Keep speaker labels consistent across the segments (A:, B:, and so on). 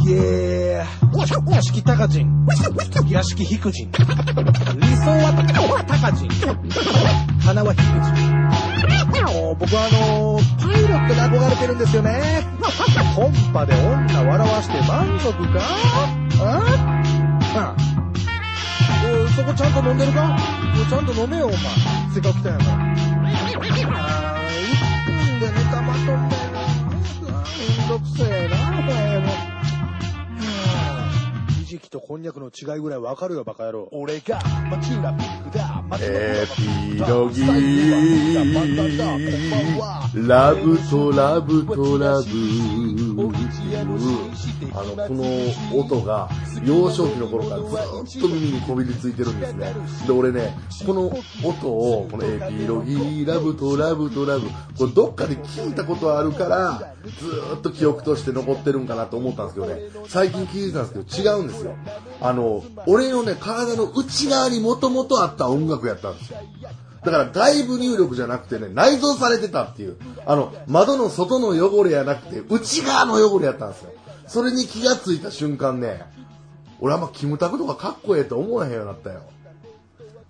A: イエー屋敷高人屋敷低人理想は高人花は低人僕はあのパイロットに憧れてるんですよねコンパで女笑わして満足かあおいそこちゃんと飲んでるかおいちゃんと飲めよお前せっかく来たんやからあー1分で寝たまとんだよなめんどくせえなお前もはぁひじきとこんにゃくの違いぐらいわかるよバカ野郎
B: 俺が街がピークだ街の
C: エピ
B: ピ
C: ロギーラブとラブとラブっていうあのこの音が幼少期の頃からずっと耳にこびりついてるんですねで俺ねこの音をこのエピロギーラブとラブとラブこれどっかで聞いたことあるからずーっと記憶として残ってるんかなと思ったんですけどね最近聞いてたんですけど違うんですよあの俺のね体の内側にもともとあった音楽やったんですよだから外部入力じゃなくてね、内蔵されてたっていう。あの、窓の外の汚れやなくて、内側の汚れやったんですよ。それに気がついた瞬間ね、俺あんまキムタクとかかっこええと思わへんようになったよ。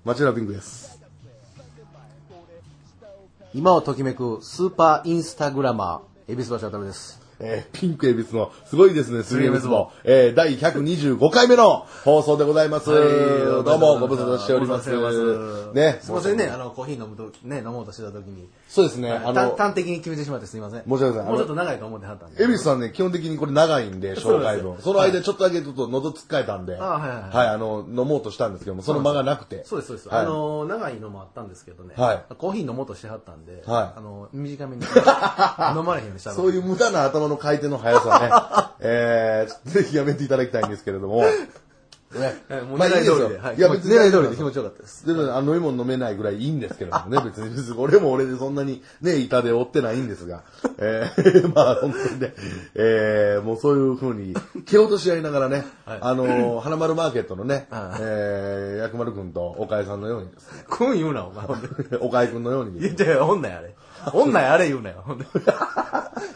C: 町田ピンクです。
D: 今をときめくスーパーインスタグラマー、恵比寿橋渡です。
C: えーピンクエビスの、すごいですね、スリーエビスも、えー第125回目の放送でございます。
D: はい
C: どうもご無沙汰しております。
D: ご無沙汰しており
C: ね。
D: すいませんね、あの、コーヒー飲むとき、ね、飲もうとしてたときに。
C: そうですね、あ
D: た
C: の、
D: 端的に決めてしまってすいません。
C: 申し訳ございません
D: もうちょっと長いか思ってはったんで。
C: エビスさんね、基本的にこれ長いんで、紹介
D: そう
C: 文。
D: です
C: その間ちょっとだけちょっと喉つっかえたんで、
D: あはいはいはい
C: あの、飲もうとしたんですけども、その間がなくて。
D: そうです、そうです。
C: はい
D: あの、長いのもあったんですけどね。
C: はい
D: コーヒー飲もうとしてはったんで、
C: はい
D: あの、短めに。飲まれへんでした。
C: そういう無駄な頭の回転の速さ ね、えー、ちょっとぜひやめていただきたいんですけれども、ね、
D: はいもう
C: まあいい
D: 狙い
C: です
D: 通り
C: よ
D: で。はい
C: いや
D: もう
C: 別に
D: 狙い通りで気持ちよかったです。
C: であの飲み物飲めないぐらいいいんですけれどもね、別に、別に俺も俺でそんなにね、板で追ってないんですが、えー、 まあ本当にね、えー、もうそういう風に蹴落とし合いながらね、
D: はい
C: あの、花丸マーケットのね、え
D: ああ
C: ー、薬丸くんと岡井さんのようにですね、
D: くん言うな、お前。ほんで
C: 岡井くんのように
D: 言ってよ、女やあれ。女やあれ言う なよ、ほんで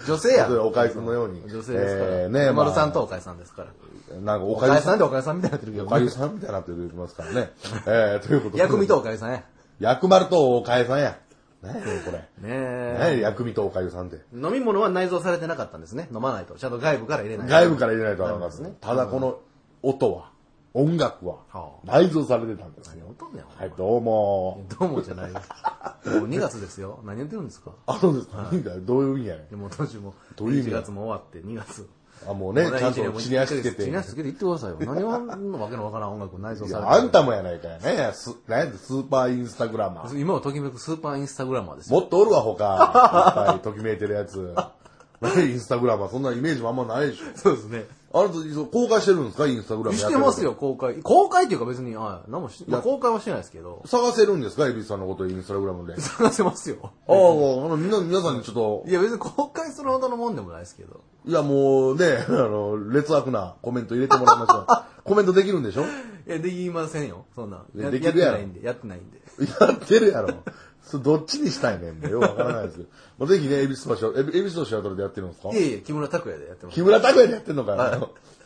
D: 女性や。
C: おかゆくんのように。
D: 女性ですから。
C: えー
D: ね
C: ね
D: 丸さんとおかえさんですから。
C: なんかお
D: お
C: か
D: か
C: ゆ
D: え
C: さ
D: さん
C: ん
D: でおかえさんみたいになってるけ
C: おかゆ
D: ど。
C: さんみたいなって言ってますか らね。えー、ということで。
D: 薬味と。おかえさんや。ね
C: 薬丸とおかゆさんや。何やねんこれ。何やねん
D: え。
C: 薬味とおかゆさんって。
D: 飲み物は内蔵されてなかったんですね。飲まないと。ちゃんと外部から入れないと。
C: 外部から入れないとわかんないですね。ただこの音は、音楽は
D: は、あ
C: 内蔵されてたんです
D: 何
C: よ
D: を。とんねん、お
C: は
D: 前
C: い、どうも。
D: どうもじゃないよ。もう2月ですよ。何言ってるんですか
C: あ、そうですか。いいんだよどういう意味やねん
D: でも今年も、
C: どういう意味
D: 1月も終わって、2月。
C: あ、もうね、ちゃんと血に足つけて。
D: 血に足つけて言ってくださいよ。何をあんなわけのわからん音楽内蔵
C: い
D: され
C: や
D: てる
C: あんたもやないかやね。す何やねんスーパーインスタグラマー。
D: 今はときめくスーパーインスタグラマーですよ。
C: もっとおるわ、他。いっぱいときめいてるやつ。 なんでインスタグラムはそんなイメージもあんまないでしょ。
D: そうですね。
C: あなた、そう公開してるんですかインスタグラムや
D: し
C: ってる
D: ますよ、公開。公開っていうか別に、はい。何もし、まあ公開はしてないですけど。
C: 探せるんですかエビスさんのことインスタグラムで。あ
D: 探せますよ。
C: あ、あの、みんな、皆さんにちょっと
D: い、や別に公開するほどのもんでもないですけど。
C: いやもうね、あの、劣悪なコメント入れてもらいましょう。 コメントできるんでしょ
D: いや、できませんよ。そんなん。
C: いやできるや
D: っ
C: ろ
D: てないんで、やってないんで。
C: やってるやろ。それどっちにしたいねんね。よくわからないですけど。まあ、ぜひね、エビス橋、エビエビスとシアトルでやってるんですか
D: いやいや、木村拓哉でやってます。
C: 木村拓哉でやってんのかな。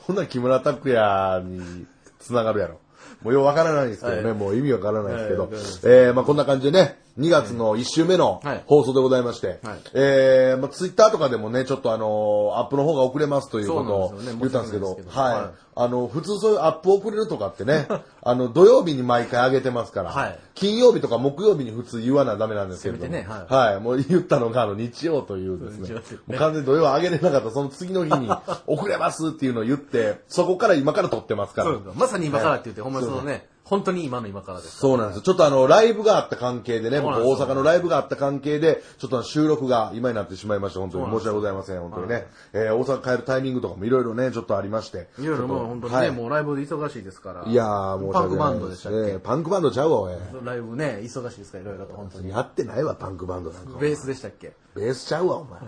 C: ほんなら木村拓哉に繋がるやろ。もうようわからないですけどね、
D: はい
C: もう意味わからないですけど。
D: はいわからないで
C: えー、まあこんな感じでね、2月の1週目の
D: はい
C: 放送でございまして、
D: はい
C: えー、まあツイッターとかでもね、ちょっとあのーアップの方が遅れますということ
D: そ
C: を
D: うなんですよね
C: 言ったんですけど、
D: 申し訳ないですけど
C: は
D: はいい。
C: あの、普通そういうアップ遅れるとかっ てね、あの、土曜日に毎回上げてますから、
D: はい
C: 金曜日とか木曜日に普通言わなダメなんですけれども、
D: せめてねはい
C: はい、もう言ったのがあの日曜というですね、
D: 日曜ですね
C: もう完全に土曜上げれなかった、その次の日 に遅れますっていうのを言って、そこから今から撮ってますか
D: そ
C: ら
D: う。ですまさに今からって言って、ほんまにそのね、本当に今の今からです。
C: そうなんですよ。ちょっとあの、ライブがあった関係でね、
D: そう
C: 僕
D: なんです
C: 大
D: よ
C: 阪のライブがあった関係で、ちょっとあの収録が今になってしまいました。本当に
D: そうなん
C: 申
D: で
C: し
D: すよ
C: 訳ございません。本当にね。えー大阪帰るタイミングとかもいろいろね、ちょっとありまして。
D: いろいろもう本当にね、
C: はい
D: もうライブで忙しいですから。
C: いやー、もう
D: パンクバンドでしたっけ、
C: パンクバンドちゃうわ、おい。
D: ライブね、忙しいですから、いろいろと本当に。
C: やってないわ、パンクバンドなんか。
D: ベースでしたっけ
C: ベースちゃうわ、お前。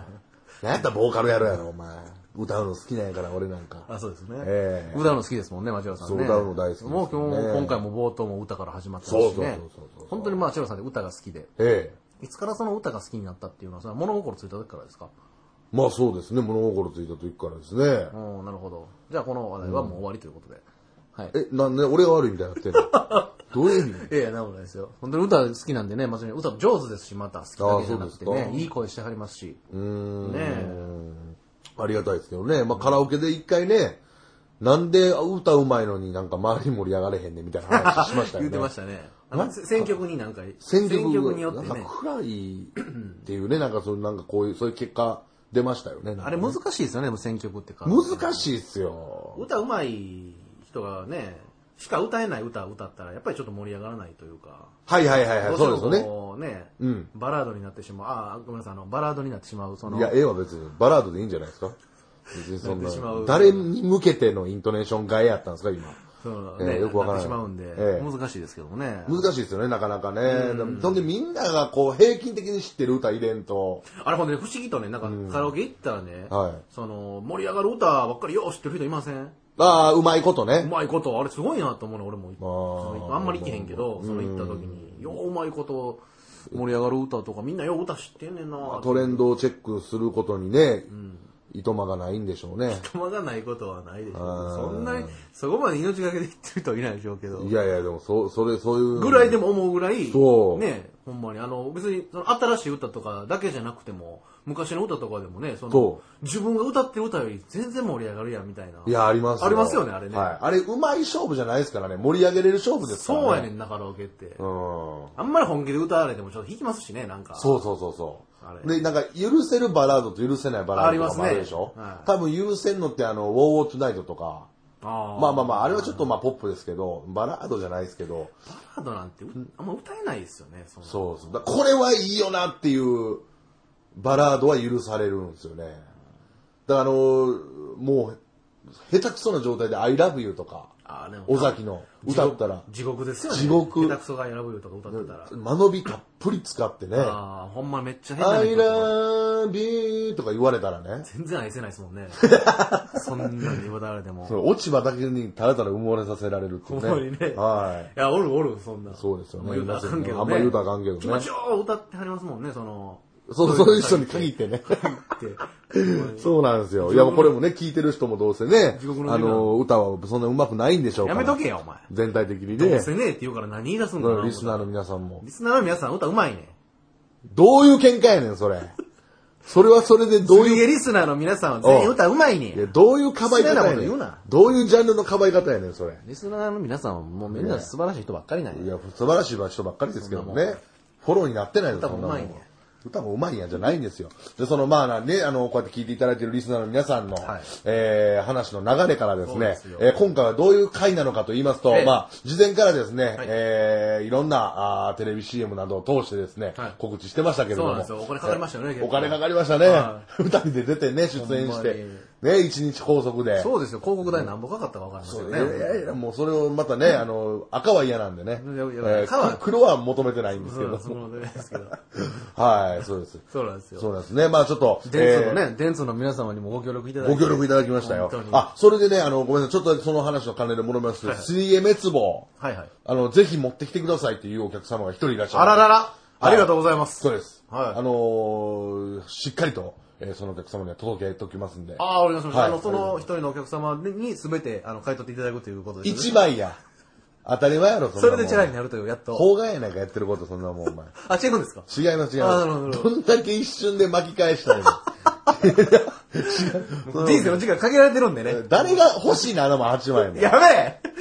C: なんやったらボーカルやろやろ、お前。歌うの好きなんやから、俺なんか。
D: あ、そうですね。
C: ええ
D: 歌うの好きですもんね、町田さんね。
C: そう歌うの大好きですね
D: もう今日も、今回も冒頭も歌から始まってますしね。
C: そうそうそうそうそう
D: 本当に町田さんで歌が好きで。
C: ええ
D: いつからその歌が好きになったっていうのは、それは物心ついた時からですか
C: まあそうですね、物心ついた時からですね。
D: うん、なるほど。じゃあこの話題はもう終わりということで。はい。
C: え、なんで俺が悪いみたいになってんの どういう意味
D: いやいや、なことないですよ。本当に歌好きなんでね、まさに歌上手ですし、また好きだけじゃなくて
C: あそうです
D: ね、
C: か
D: いい声してはりますし。
C: うーん
D: ね
C: ありがたいですけどね。まあカラオケで一回ね、なんで歌うまいのになんか周り盛り上がれへんねんみたいな話しました
D: 言
C: よね。
D: ってましたね。あの、せ選曲に何回
C: 選曲
D: によって
C: なん
D: ね
C: か。暗いっていうね、なんかそうなんかこういう、そういう結果出ましたよね。なんかね
D: あれ難しいですよね、でも選曲ってか。
C: 難しいっすよ。
D: 歌うまい人がね、しか歌えない歌を歌ったら、やっぱりちょっと盛り上がらないというか。
C: はいはいはいはい、そうですよね。
D: よね。ね、
C: うん
D: バラードになってしまう。ああ、ごめんなさい、あの、バラードになってしまう、その。
C: いや、絵は別にバラードでいいんじゃないですか別にそん
D: な
C: な
D: ってしまう、
C: 誰に向けてのイントネーションがえやったんですか、今。
D: そう
C: え
D: ね、
C: えよくわから
D: っ
C: ない
D: てしまうんで、
C: ええ
D: 難しいですけどもね。
C: 難しいですよね、なかなかね。そんでみんながこう平均的に知ってる歌入れんと。
D: あれほんでね、不思議とね、なんかカラオケ行ったらね、
C: はい
D: その、盛り上がる歌ばっかりよう知ってる人いません
C: ああ、うまいこと
D: う
C: ね。
D: まいこと、あれすごいなと思うの、俺も。そのあんまり行けへんけど、その行った時に、よううまいこと、盛り上がる歌とか、みんなよう歌知ってんねんなぁ
C: トレンドをチェックすることにね、いとまがないんでしょうね。
D: 玉がないことはないでしょ
C: あー
D: そんなに、そこまで命がけで言ってる人はいないでしょうけど
C: い。やいや、でも、そう、それ、そういう。
D: ぐらいで。も思うぐらい、
C: そう
D: ね、ほんまに、あの、別に、その新しい歌とかだけじゃなくても、昔の歌とかでもね、その
C: そ、
D: 自分が歌ってる歌より全然盛り上がるやん、みたいな。
C: いや、あります
D: ありますよねあれね
C: はい。あれ、うまい勝負じゃないですからね。盛り上げれる勝負ですからね。
D: そうやねんな、カラオケって。
C: うん。
D: あんまり本気で歌われてもちょっと弾きますしね、なんか。
C: そうそうそうそ
D: あれ
C: う。で、なんか、許せるバラードと許せないバラードとかもあるでしょ
D: ありますねはい
C: 多分、許せんのって、あの、ウォーウォートナイトとか。
D: あー
C: まあまあまあ、あれはちょっとまあ、ポップですけど、バラードじゃないですけど、
D: バラードなんてう、あんま歌えないですよね、その
C: そうそう。だこれはいいよなっていう、バラードは許されるんですよね。だから、あのーもう、下手くそな状態で、I love you とか、
D: あーでも
C: 尾崎の歌ったら、
D: 地獄ですよね。
C: 地獄
D: 下手くそが選ぶよとか歌ってたら。
C: 間延びたっぷり使ってね、
D: ああ、ほんまめっちゃ変な
C: I
D: 人とか
C: love you とか言われたらね、
D: 全然愛せないですもん ね。そんなに歌われても。
C: その落ち葉だけにたらたら埋もれさせられるっていうね。
D: ほんまにね
C: は
D: い
C: い。
D: や、おるおる、そんな。
C: そうですよね
D: あんま言うたらあかんけどね。
C: あんま言うたらあかんけどね
D: 気持ちよう歌ってはりますもんね、その。
C: そう、そういう人に限ってね。
D: って。
C: そうなんですよ。いや、もうこれもね、聞いてる人もどうせね
D: 地獄、の
C: あ
D: 時間
C: の、歌はそんな上手くないんでしょうか
D: や
C: ら
D: めとけよ、お前。
C: 全体的に
D: ど
C: ね
D: う。せねえって言うから何言い出すんだ
C: うんリスナー
D: の。
C: の皆さんも
D: リ。スナーの皆さん歌うまいね。
C: どういう見解やねん、それ。それはそれでどう
D: 水
C: いう、
D: 泳リスナーの皆さんは全員歌うまい
C: いや
D: ね。
C: どういうかばい方
D: 失礼
C: や
D: なこと
C: ね
D: 言うんな。
C: どういうジャンルのかばい方やねん、それ。
D: リスナーの皆さんはもうみんな素晴らしい人ばっかりなんや
C: いや、素晴らしい人ばっかりですけども
D: そんな
C: ね。フォローになってないです
D: 歌もうまいね
C: 歌もうまいんやじゃないんですよ。で、そのまあなね、あの、こうやって聞いていただいてるリスナーの皆さんの、
D: はい
C: えー話の流れからです
D: そうで
C: ね
D: すよ、
C: えー今回はどういう回なのかと言いますと、
D: ええ
C: まあ、事前からですね、
D: い
C: い、えーいろんなあーテレビ CM などを通してですね、
D: はい
C: 告知してましたけれども。
D: そうなんですよお金かかりましたよね
C: えー
D: 結構
C: お金かかりましたね
D: は。
C: 二人で出てね、出演
D: ほん
C: し
D: ま
C: て
D: に、
C: ね、一日拘束で。
D: そうですよ、広告代何ぼかかったか分かりますよ
C: い
D: ね。
C: やいやいや、もうそれをまたね、あの、赤は嫌なんでね。
D: い
C: え
D: やいや
C: ー
D: 赤は
C: 黒は求めてないんですけ
D: そう
C: ど。
D: そうなんですけど。
C: はい、そうです。
D: そうなんです
C: そ
D: よ。
C: うなんですね。まあちょっと、
D: 電通
C: え
D: の
C: ー
D: ね、電通の皆様にもご協力いただいて。
C: ご協力いただきましたよ
D: 本当。に
C: あ、それでね、あの、ごめんなさい。ちょっとその話の関連で戻ります。
D: はい
C: 3M 滅亡。
D: はいはい。
C: あの、ぜひ持ってきてくださいっていうお客様が一人いらっしゃる。
D: あららら、ありがとうございます。
C: そうです。
D: はい
C: あのーしっかりと、えーそのお客様には届けときますんで。
D: ああ、わかりました。
C: はい
D: あの、その一人のお客様に全て、あの、買い取っていただくということです、
C: 一枚や。当たり前やろ、そんな
D: そ
C: も
D: れ
C: ん
D: でチャラになるという、やっと。
C: 方眼やなんかやってること、そんなもん、お前。
D: あ、違うんですか
C: 違います、違い
D: あ
C: ま
D: なるほどなる
C: す。
D: ほど
C: どんだけ一瞬で巻き返し たの
D: 人生の時間限られてるんでね。
C: 誰が欲しいな、あのも8枚も。い
D: や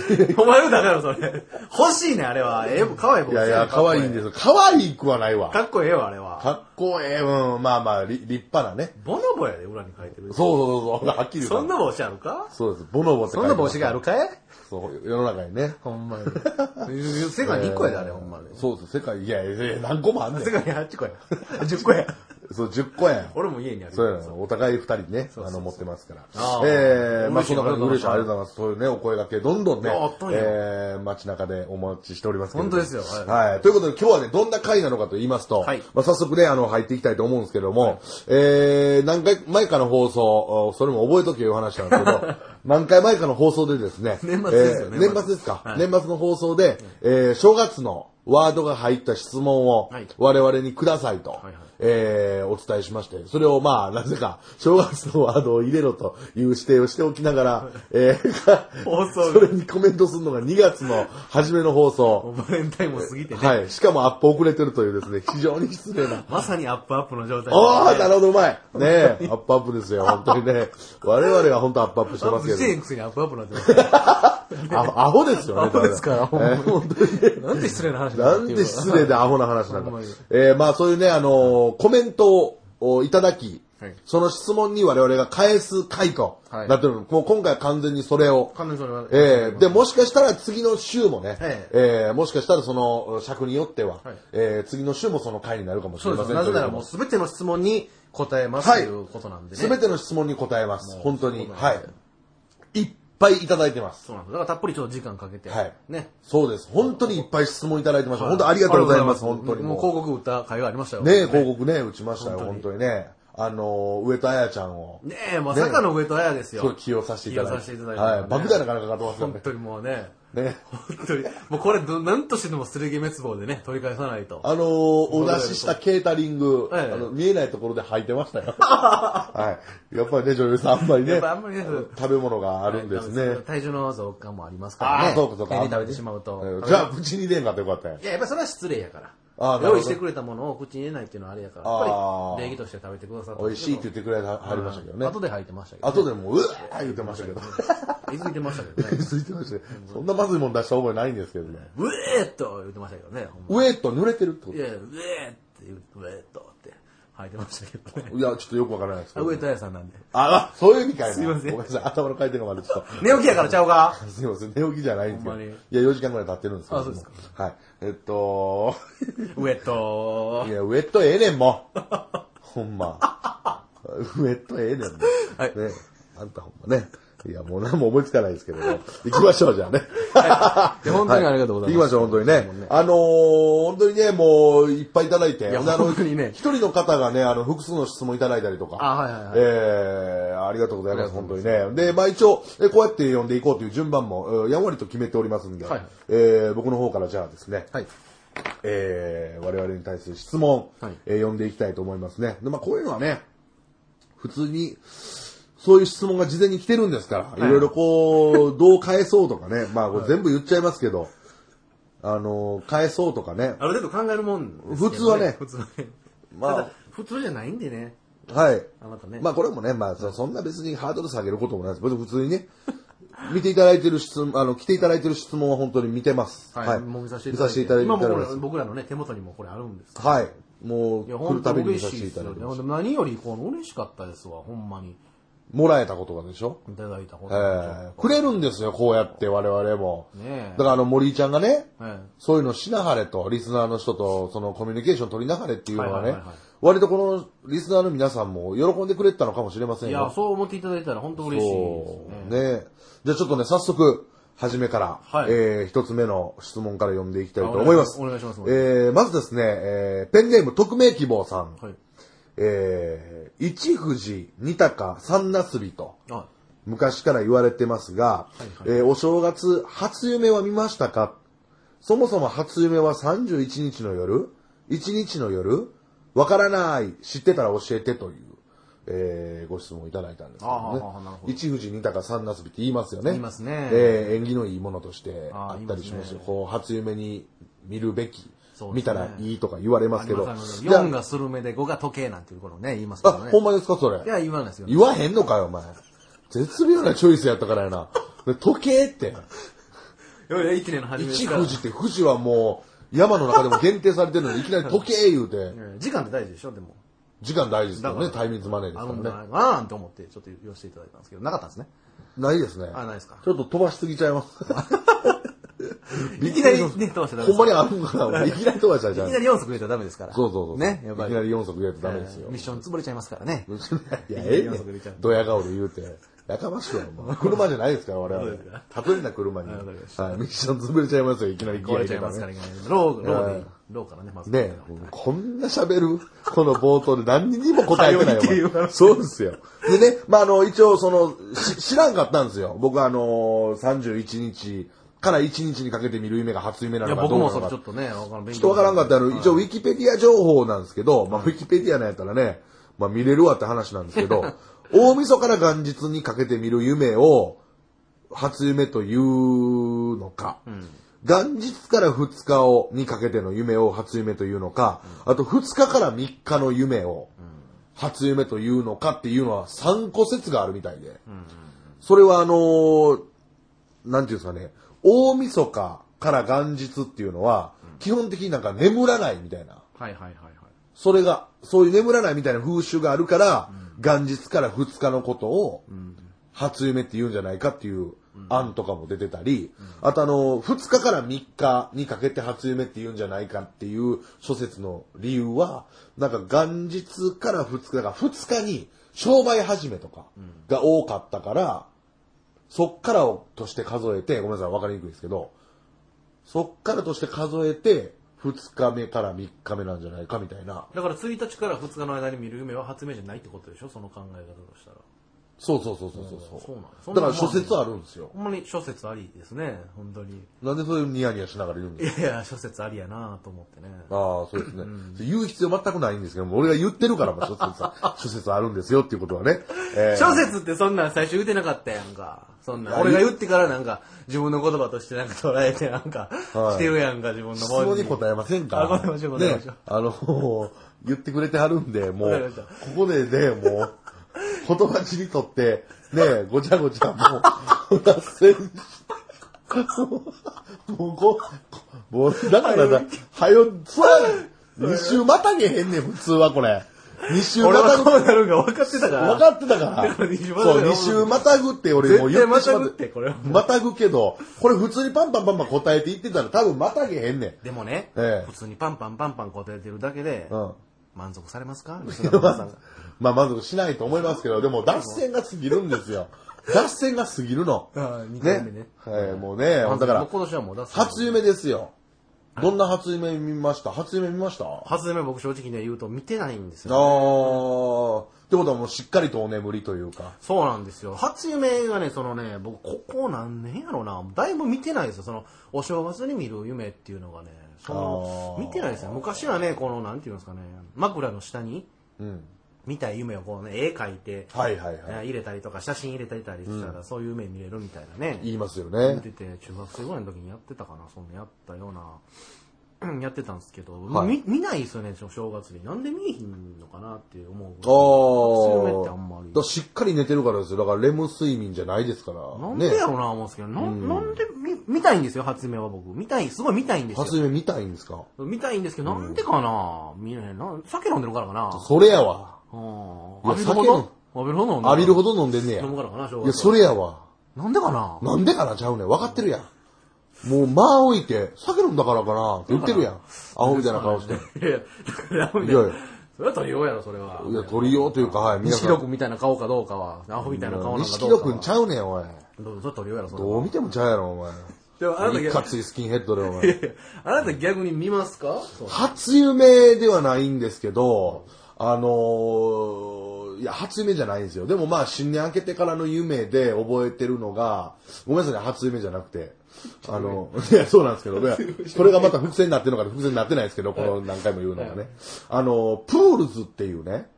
D: べえお前のだからそれ。欲しいね、あれは。ええ、かわいい僕
C: やいや、可愛いんですよ。可愛いくはないわ。
D: かっこええわ、あれは。
C: かっこええ、うん、まあまあ、り立派なね。
D: ボノボやで、裏に書いてる。
C: そうそうそうそう、はっきり言うから
D: そんな帽子あるか
C: そうです、ボノボって
D: そ
C: 書い
D: んな
C: てます
D: 帽子があるかい
C: そう、世の中にね。
D: ほんまに。世界に1個やで、あれ、ほんまに。
C: そうです、世界、いやいやいや、何個もあんねん
D: 世。界に8個や。10個や。
C: そう、10個やん。
D: 俺も家にある。
C: そうやな、お互い二人ね、
D: うそうそう
C: あの、持ってますから
D: あ。ー
C: ええ、まあ、
D: 嬉しい
C: そんな感じで嬉しい、あ
D: あ
C: り
D: りが
C: がとうございます。そういうね、お声掛け、どんどんね
D: ああったん、や
C: ええ、街中でお待ちしておりますけれども
D: 本当ですよは
C: はい。ということで、今日はね、どんな回なのかと言いますと、
D: はい
C: まあ、早速ね、あの、入っていきたいと思うんですけども、ええ、何回前かの放送、あそれも覚えとけいう話なんですけ ど、何回前かの放送でですね、
D: 年末ですよ
C: えー
D: 年末
C: 年末ですか
D: は。い
C: 年末の放送で、えー正月のワードが入った質問を
D: はい
C: 我々にくださいと、
D: いはい
C: えーお伝えしまして、それをまあ、なぜか正月のワードを入れろという指定をしておきな がら、えー
D: 放送
C: それにコメントするのが2月の初めの放送。
D: バレンタインも過ぎてね。
C: はい。しかもアップ遅れてるというですね、非常に失 礼な。
D: まさにアップアップの状態
C: ああ、なるほど、うまい。ねえ、アップアップですよ、本当にね。我々は本当アップアップして
D: ア
C: ま
D: ッ
C: す
D: プ してへ
C: け
D: んくせにアップアップなんてます。
C: ど。アアホですよね、
D: アホですから
C: えー本当にね。
D: なんて失礼な話
C: な
D: だ
C: んで失礼でアホな話なん
D: ほ
C: だ
D: んまに。
C: えー、まあそういうね、あのーコメントをいただき、
D: はい
C: その質問に我々が返す回と
D: はい
C: なってるの。もう今回は完全にそれを。
D: 完全にそれは
C: えーで、もしかしたら次の週もね、
D: え
C: えーもしかしたらその尺によっては、
D: はい
C: えー次の週もその回になるかもし
D: そ
C: れ
D: うで
C: ますせん
D: なぜなら
C: という
D: もうすべての質問に答えます、
C: はい
D: ということなんでね。
C: すべての質問に答えます。本当に。
D: そう
C: は
D: なんです
C: い。いっぱいいただいてます。
D: そうなんです。だからたっぷりちょっと時間かけて。
C: はい
D: ね。
C: そうです。本当にいっぱい質問いただいてました。本当ありがとうございます。
D: ありがと
C: 本
D: う
C: 当
D: ご
C: に
D: ざいまも
C: もう
D: う。広告打った甲斐がありましたよ。
C: ねえ、広告ね、打ちましたよ。本
D: 本
C: 当にね。あのー、上戸彩ちゃんを、
D: ねえ、まさかの上戸彩です
C: す
D: よ。
C: ごい起用させていただい
D: 起用させ
C: て。
D: ていただいて
C: はい。莫大な金かかってますよ
D: 本当にもうね。
C: ね。ね。
D: 本当に。もうこれ、どなんとしてでもすれげ滅亡でね、取り返さないと。
C: あのー、お出 ししたケータリング、あ
D: ええ
C: の、見えないところで履いて ましたよ。はい。やっぱりね、女優さんあんまり
D: や
C: ね
D: っ、ぱあんまりね、
C: 食べ物があるんですね。
D: 体重の増加もありますからね。
C: ああ、そうかそうか。
D: 変に食べてしまうと
C: ん。じゃあ、うちに入れんかったらよかったんや
D: いや、やっぱりそれは失礼やから。
C: ああなるほど
D: 用意してくれたものを口に入れないっていうのはあれやから、や
C: あ
D: っ
C: あ
D: ぱり礼儀として食べてくださった
C: 美味しいって言ってくれはりましたけどね。
D: 後で吐いてましたけど、
C: 後でもう、うわー言ってましたけど。
D: 言い過ぎてましたけどね。
C: ついてましたねそんなまずいもん出した覚えないんですけどね。
D: ウェーっと言ってましたけどね。ほんま
C: ウェット濡れてるってこ
D: いやいや、ウェーって言う、ウェーっとって吐いてましたけどね。
C: といや、ちょっとよくわからないですけ
D: あ、
C: ど
D: ウェ。ート屋さんなんで。
C: あ、あそういう意味かいな。
D: すいません
C: ごめんなさい。頭の回転が悪い。ちょっと。
D: 寝起きやからちゃうか
C: すいません。寝起きじゃないんですよ。
D: ほんま
C: い
D: に
C: や、4時間ぐらい経ってるんですけども。
D: あそうです
C: はい。えっと、
D: ウェーと
C: いや、ウェットええねん、も う。ほんま。ウェットええねん、もう。
D: はい
C: ね。あんたほんまね。いや、もう何も思いつかないですけども。行きましょう、じゃあね。
D: いや本当にありがとうございます
C: はい行きましょう、本当にね。あのー、本当にね、もう、いっぱいいただいて。
D: いや
C: ほんであの
D: 本当にね
C: 一人の方がね、あの、複数の質問いただいたりとか。
D: あはいはいはい
C: えーありがとうございます、本当にね。で、まあ一応、えこうやって読んでいこうという順番も、えーやんわりと決めておりますんで、
D: はい
C: えー僕の方からじゃあですね、
D: はい。
C: えー我々に対する質問、
D: はい
C: えー読んでいきたいと思いますね。で、まあこういうのはね、普通に、そういう質問が事前に来てるんですから、い、ろいろこう、どう返そうとかね、まあこれ全部言っちゃいますけど、あのー、返そうとかね、
D: ある程度考えるもんですけど、
C: 普通はね
D: 普通はね。
C: まあ
D: ただ普通じゃないんでね。
C: はい。
D: あなたね。
C: まあこれもね、まあそそんな別にハードル下げることもないです。別に普通にね、 見ていただいてる質問、あの、来ていただいてる質問は本当に見てます。
D: はい、もう見させてい
C: 見
D: ただ
C: さ
D: い
C: せ
D: て。
C: ていただいて
D: 今もう
C: る
D: これ僕らのね、手元にもこれあるんです。
C: はい。もう
D: いや、
C: 来る
D: 本
C: た
D: 当
C: びに見
D: 嬉
C: さ
D: し
C: せ
D: い
C: て
D: で
C: い
D: す
C: ただ
D: よ
C: いて
D: ね。
C: ま
D: ほん
C: す
D: で。何より、この嬉しかったですわ、ほんまに。
C: もらえたことがでしょ
D: いただいたこと
C: ええくれるんですよ、こうやって我々も。
D: ねえ
C: だからあの森井ちゃんがね、
D: え
C: そういうのしなはれと、リスナーの人とそのコミュニケーション取りなはれっていうの
D: は
C: は
D: い
C: ね
D: はいはいはい、
C: 割とこのリスナーの皆さんも喜んでくれてたのかもしれません
D: えい
C: よ。
D: や、そう思っていただいたら本当嬉しいで
C: そ
D: すね。
C: うね。じゃあちょっとね、早速、初めから、
D: はい
C: えー一つ目の質問から読んでいきたいと思います。
D: あお願いお願いします
C: えーまずですね、えーペンネーム匿名希望さん。
D: はい。
C: えー一富士、二鷹、三なすびと、
D: あ、
C: 昔から言われてますが、
D: はいは
C: えーお正月、初夢は見ましたかそもそも初夢は31日の夜 ?1 日の夜わからない知ってたら教えてという、えーご質問をいただいたんですけどね。
D: あーはーはーなるほど
C: 一富士二鷹三なすびって言いますよね。
D: 言いますね
C: えー縁起のいいものとして
D: あー
C: あったりし
D: 言い
C: ますよ。
D: ますね
C: こう、初夢に見るべき、
D: そうですね
C: 見たらいいとか言われますけど。じゃあ
D: 4がスルメで5が時計なんていうことをね、言いますけ
C: あ、
D: どね。
C: ほんまですかそれ。
D: いや、言わないですよ、ね。
C: 言わへんのかよ、お前。絶妙なチョイスやったからやな。で時計って。
D: いやいや、1年の初めです
C: 一
D: から。
C: 富士って富士はもう、山の中でも限定されてるのに、いきなり時計言うて、
D: うん時間って大事でしょ、でも。
C: 時間大事ですよね、
D: だから
C: タイミングマネーです
D: あ
C: か
D: の
C: らね。
D: なあーんって思って、ちょっと言わせていただいたんですけど、なかったんですね。
C: ないですね。
D: あないですか
C: ちょっと飛ばしすぎちゃいます。
D: いきなりね、飛ばしちゃダメで
C: ほん
D: す
C: まにあるんかないきなり飛ばしちゃうじ
D: い
C: ゃん。
D: きなり4足入れたらダメですから。
C: そうそうそう。
D: ね、やっぱ
C: いき
D: り。
C: なり4足やってダメですよ
D: ミッ。ション潰れちゃいますからね。
C: いや、
D: いきな
C: え
D: り
C: えね。
D: 四足入れちゃうん
C: ドヤ顔で言うて。やかましいわ、 お前車じゃないですから、我々。例えな車に。は
D: わ
C: い
D: かりました
C: ミッション潰れちゃいますよ、いきなりギア
D: 壊
C: 入
D: れ
C: れ
D: ちゃい
C: た
D: ま
C: ら
D: す
C: ね
D: から、いきなりロー、ロー
C: う
D: で
C: ん、
D: ローからね、まず。
C: ねえ、こんな喋る この冒頭で何にも答えてない
D: 早いっていう
C: よ。お前そうですよ。でね、まあ、あの、一応、その、し知らんかったんですよ。僕は、あのー、31日から1日にかけて見る夢が初夢ない
D: や、
C: のか
D: 僕
C: どうな
D: も
C: のか
D: それちょっとね、わからん。勉強
C: ちょっとわからんかったら、一応ウィキペディア情報なんですけど、まあウィキペディアなんやったらね、まあ見れるわって話なんですけ ど、大晦日から元日にかけて見る夢を、初夢というのか、元日から2日をにかけての夢を初夢というのか、あと2日から3日の夢を初夢というのかっていうのは3個説があるみたいで、それはあのーなんていうんですかね、大晦日から元日っていうのは、基本的になんか眠らないみたいな。
D: はいはいはいはい。
C: それが、そういう眠らないみたいな風習があるから、元日から2日のことを、初夢って言うんじゃないかっていう案とかも出てたり、あとあの、2日から3日にかけて初夢って言うんじゃないかっていう諸説の理由は、なんか元日から2日、だから2日に商売始めとかが多かったから、そっからをとして数えて、ごめんなさい、わかりにくいですけど、そっからとして数えて、2日目から3日目なんじゃないかみたいな。
D: だから1日から2日の間に見る夢は発明じゃないってことでしょその考え方としたら。
C: そうそうそうそうそう。
D: そうなんだ
C: だから諸説あるんですよ。
D: ほんまに諸説ありですね、本当に。
C: なんでそれニヤニヤしながら言うん
D: い
C: ですか
D: やいや、諸説ありやなと思ってね。
C: ああ、そうですね。言う必要全くないんですけども、俺が言ってるから、まあ、諸説は、諸説あるんですよっていうことはね。えー
D: 諸説ってそんなん最初言ってなかったやんか。そん
C: い
D: な
C: や
D: ん。俺が言ってからなんか、自分の言葉としてなんか捉えてなんか、
C: はい
D: してるやんか、自分の
C: 質問に
D: に。
C: 答えません
D: あわ
C: か
D: かりましたわかり
C: ね
D: ました、
C: あの、言ってくれてはるんで、も
D: わかりま
C: う
D: した、
C: ここでね、もう、言葉ちにとって、ね、ごちゃごちゃ、もう、脱線しもうご、もう、だからだ、はよ、つわ、二週またげへんねん、普通はこれ。二週ま
D: 俺は
C: た
D: こう
C: ぐ。
D: なるんが分かってたから。
C: 分かって
D: だ
C: たか。
D: からら二週またぐ
C: そう、二週またぐって俺もう言ってしまっ
D: 絶対またぐってこれは
C: またぐけど、これ普通にパンパンパンパン答えて言ってたら多分またげへんねん。
D: でもね、
C: ええ
D: 普通にパンパンパンパン答えてるだけで、
C: うん。
D: 満足されます かリスナーの皆さんが
C: まあ満足しないと思いますけど、でも脱線が過ぎるんで すよ。脱線が過ぎるの。
D: うん二回目ね
C: ね。はい、もうね、だ
D: も
C: か
D: う
C: ら、
D: 今年はもう出す。
C: 初夢ですよ。どんな初夢見ました初夢見ましたああ。
D: 初夢僕正直ね言うと見てないんです
C: って
D: よね、
C: ことはもうしっかりとお眠りというか。
D: そうなんですよ。初夢がね、そのね、僕、ここ何年やろな、だいぶ見てないですよ。その、お正月に見る夢っていうのがね、その
C: あー
D: 見てないですよ。昔はね、この、なんていうんですかね、枕の下に
C: うん。
D: 見たい夢をこうね、絵描いて、
C: はいはい
D: え
C: はい。
D: 入れたりとか、写真入れたりしたら、そういう夢見れるみたいなね。
C: 言いますよ
D: 見
C: ね。
D: てて、中学生ぐらいの時にやってたかな、そんなやったような、 やってたんですけど、
C: はい
D: 見見ないですよね、正月に。なんで見えひんのかなって思う。
C: あ
D: 初
C: あ。
D: 夢ってあんまり
C: だ。からしっかり寝てるからですよ。だからレム睡眠じゃないですから。
D: なんでやろうな思うんですけど、ななんで見見たいんですよ、初夢は僕。見たい、すごい見たいんですよ。
C: 初夢見たいんですか
D: 見たいんですけど、なんでかな見えへんな。酒飲んでるからかな。
C: それやわ。
D: うん
C: いや
D: 浴びるほど。浴びるほど飲んだ
C: 浴びるほど飲んでんねや。
D: 飲むからかな、正
C: い
D: 月。
C: や、それやわ。
D: なんでかな
C: なんでかなちゃうねん。分かってるやん。もう間置いて、酒飲んだからかなって言ってるやん。アホみたいな顔して。い
D: いやいや、だから
C: いやいや
D: それは取りようやろ、それは。
C: や、取りようというか、はい、皆さ
D: 西
C: ん。
D: 野君みたいな顔かどうかは、アホみたいな顔なんかど
C: 錦
D: うか
C: 戸
D: は。
C: くんちゃうねん、おい。
D: どうぞ取りようやろ、それは。
C: どう見てもちゃうやろ、お前。
D: でもあなた
C: いか
D: 逆
C: ついスキンヘッドで、お
D: い
C: 前。
D: やいや あなた逆に見ますか
C: 初夢ではないんですけど、あのーいや、初夢じゃないんですよ。でもまあ、新年明けてからの夢で覚えてるのが、ごめんなさいね、初夢じゃなくて。あの、いや、そうなんですけど、ね、これがまた伏線になってるのか伏線になってないですけど、この何回も言うのがね。あの、プールズっていうね、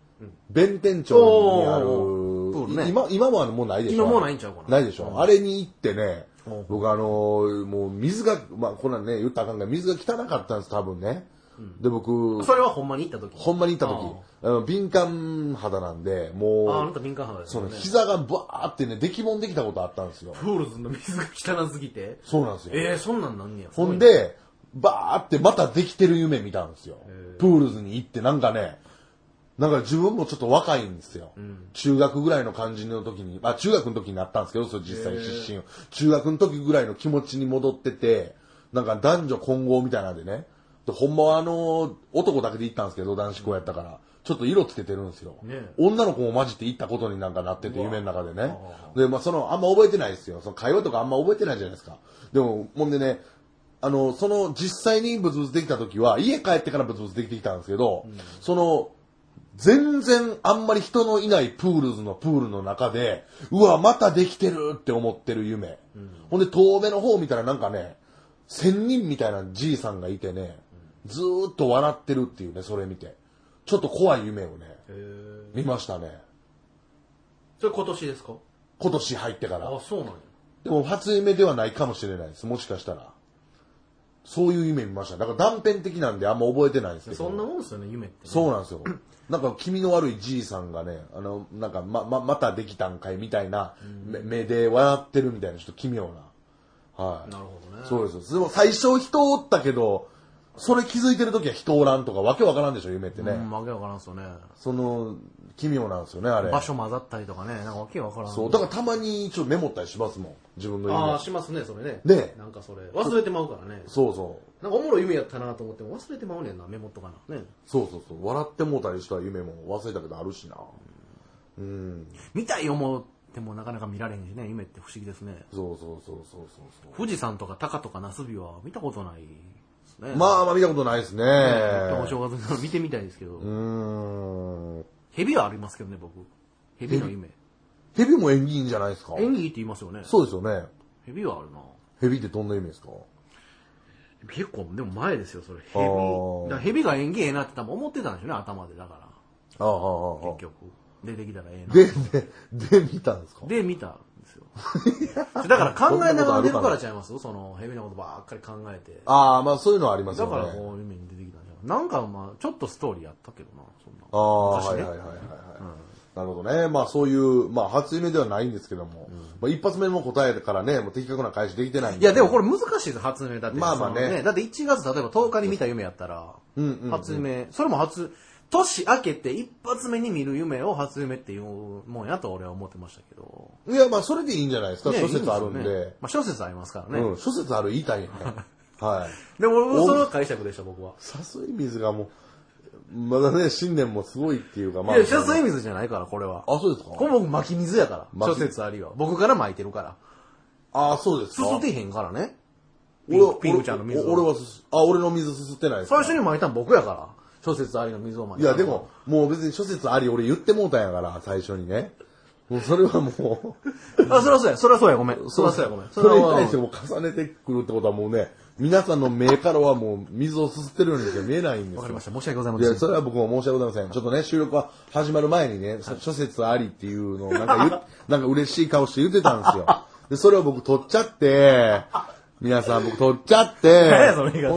C: 弁天町にあ
D: おープール
C: る、
D: ね
C: 今、今もあの、もうないでしょ。
D: 今もうないんちゃうかな
C: ないでしょ。あれに行ってね、僕あのーもう水が、まあ、こんなんね、言ったらあかんが、水が汚かったんです、多分ね。で、僕、
D: それはほんまに行った時。
C: ほんまに行った時、あの敏感肌なんで、もう、
D: ああなた敏感肌です
C: そ
D: よ
C: の
D: ね。
C: 膝がバーってね、出来もんできたことあったんですよ。
D: プールズの水が汚すぎて。
C: そうなんですよ。
D: ええそんなんなんねや。
C: ほんで、バーってまたできてる夢見たんですよ。プールズに行ってなんかね、なんか自分もちょっと若いんですよ。中学ぐらいの感じの時に、まあ中学の時になったんですけど、それ実際出身を。中学の時ぐらいの気持ちに戻ってて、なんか男女混合みたいなんでね、でほんまはあの、男だけで行ったんですけど、男子校やったから、ちょっと色つけてるんですよ。
D: ね
C: 女の子も混じって行ったことになんかなってて、夢の中でね。で、まあ、その、あんま覚えてないですよ。その会話とかあんま覚えてないじゃないですか。でも、もんでね、あの、その、実際にブツブツできた時は、家帰ってからブツブツできてきたんですけど、その、全然あんまり人のいないプールズのプールの中で、うわ、またできてるって思ってる夢。ほんで、遠目の方見たらなんかね、仙人みたいなじいさんがいてね、ずーっと笑ってるっていうね、それ見て。ちょっと怖い夢をね、見ましたね。
D: それ今年ですか
C: 今年入ってから。
D: あ、そうなんや。
C: でも初夢ではないかもしれないです。もしかしたら。そういう夢見ました。だから断片的なんであんま覚えてないんですけど。
D: そんなもんですよね、夢って、ね。
C: そうなんですよ。なんか気味の悪いじいさんがね、あの、なんかま、ま、またできたんかいみたいな目目で笑ってるみたいな、ちょっと奇妙な。はい。
D: なるほどね。
C: そうです。でも最初人おったけど、それ気づいてる時は人おらんとかわけわからんでしょ、夢ってね。
D: うん、わけわからんっすよね。
C: その、奇妙なんですよね、あれ。
D: 場所混ざったりとかね、なんかわけわからん。
C: そう。だからたまにちょっとメモったりしますもん。自分の
D: ああ、
C: 夢。
D: しますね、それね。
C: ね
D: なんかそれ。忘れてまうからね。
C: そうそう。
D: なんかおもろい夢やったなと思っても忘れてまうねんな、メモとかな。ね。
C: そうそうそう。笑ってもうたりした夢も忘れたけどあるしな。うん。
D: 見たい思ってもなかなか見られへんしね、夢って不思議ですね。
C: そうそうそうそうそうそ
D: 富士山とか鷹とかナスビは見たことないですね。
C: う。まあまあ見たことないですね。
D: ねお正月の見てみたいですけど
C: う。ーん。
D: 蛇はありますけどね、僕。蛇の夢。
C: 蛇も縁起いいんじゃないですか
D: 演技って言いますよね。
C: そうですよね。
D: 蛇はあるな。
C: 蛇ってどんな意味ですか
D: 結構、でも前ですよ、それ。
C: あ
D: 蛇。だから
C: ー
D: 蛇が演技ええなって多分思ってたんでしょうね、頭で。だか
C: ああ、ああ、
D: ら、
C: あ
D: 結局。出てきたらええな。
C: あ。で、で、で、見たんですか
D: で見たんですよ。だから考えながら寝るからちゃいますその、蛇のことばっかり考えて。
C: ああ、まあそういうのはあります
D: だ
C: よ
D: から
C: ね。
D: こう夢に出てきたんじゃん。なんかまあ、ちょっとストーリーやったけどな、そんな。
C: ああ、は
D: 昔ね
C: いはいはいはいはい。なるほどね。まあそういう、まあ初夢ではないんですけども、まあ一発目の答えからね、もう的確な返しできてないん
D: いや、でもこれ難しいです、初夢だって。
C: まあまあね
D: そのだって1月、例えば10日に見た夢やったら、
C: うんうんうん
D: 初夢、それも初、年明けて一発目に見る夢を初夢っていうもんやと俺は思ってましたけど。
C: いや、まあそれでいいんじゃないですか。
D: ね
C: 諸説あるん
D: いいすよ
C: で
D: ね。まあ諸説ありますからね。
C: うん、諸説ある言い たいね。はい。
D: でも俺、その解釈でした、僕は。
C: 誘い水がもう、まだね、信念もすごいっていうか、まあ。
D: いや、諸説水じゃないから、これは。
C: あ、そうですか
D: これ僕巻き水やから。
C: 巻
D: 諸
C: き
D: 説ありは。僕から巻いてるから。
C: あ、そうです
D: す
C: か
D: すてへんからね。ピ
C: 俺は
D: ンピンクちゃんの水を
C: お俺はすす、あ、俺の水すすってないです
D: 最
C: か
D: 初に巻いたの僕やから。諸説ありの水を巻
C: い
D: いた
C: や、
D: の
C: でも、もう別に諸説あり、俺言ってもうたんやから、最初にね。もうそれはもう、
D: あ、そりゃそうや。そりゃそうや、ごめん。そり ゃそうや、ごめん。
C: それに
D: は
C: 対してもう重ねてくるってことはもうね、皆さんの目からはもう水をすすってるようにしか見えないんですよ。
D: わかりました。申し訳ございま
C: い
D: せん
C: や、。それは僕も申し訳ございません。ちょっとね、収録は始まる前にね、諸諸説ありっていう のをなんか言っなんか嬉しい顔して言ってたんですよ。で、それを僕取っちゃって、皆さん僕取っちゃって、
D: 何やその言い方。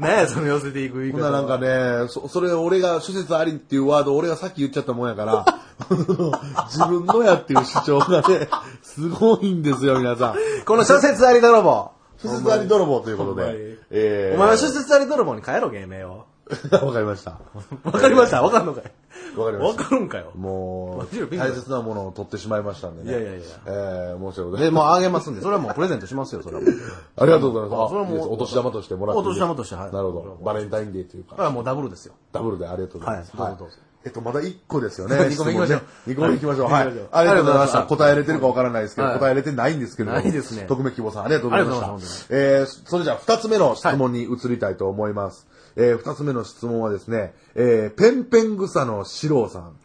D: 何やその寄せていく言い
C: ほ
D: 方。
C: んならなんかね、そ、それ俺が諸説ありっていうワードを俺がさっき言っちゃったもんやから、 自分のやっていう主張がね、すごいんですよ、皆さん。
D: この諸説あり泥棒。
C: 諸説あり泥棒ということ
D: ほんま
C: で
D: に。
C: えー
D: お前は諸説あり泥棒に変えろ、芸名を。
C: わかりました。
D: わかりましたわかんのかい
C: わかりま
D: わ
C: した。
D: かるんかよ。
C: も
D: マジで
C: う、
D: ピンクだ
C: 大切なものを取ってしまいましたんでね。
D: いやいやいや
C: えー、申し訳ござ
D: で、
C: いま
D: もうあげますんで、それはもうプレゼントしますよ、それはもう。
C: せ ん。ありがとうございます。
D: あそれはもう
C: いいですお年玉としてもらっていいですか。
D: お年玉としてはい
C: なるほど。バレンタインデーという
D: だ
C: か、
D: からもうダブルですよ。
C: ダブルでありがとうございます。
D: はいどうぞどうぞ
C: えっと、まだ1個 ですよね。
D: 二個目行きましょう
C: 2個目行きましょう。
D: は
C: はいい。
D: 行きましょう
C: ありがとうございまし
D: ありが
C: た。
D: とうご
C: 答えれてるかわからないですけど、
D: はい
C: 答えれてないんですけれども。
D: ないですね
C: 匿名希望さん、ありがとうございま
D: あ
C: し
D: りがと
C: た
D: うございま。
C: えー、それじゃあ2つ目の質問に移りたいと思います。えー、2つ目の質問はですね、えー、ペンペン草の四郎さん。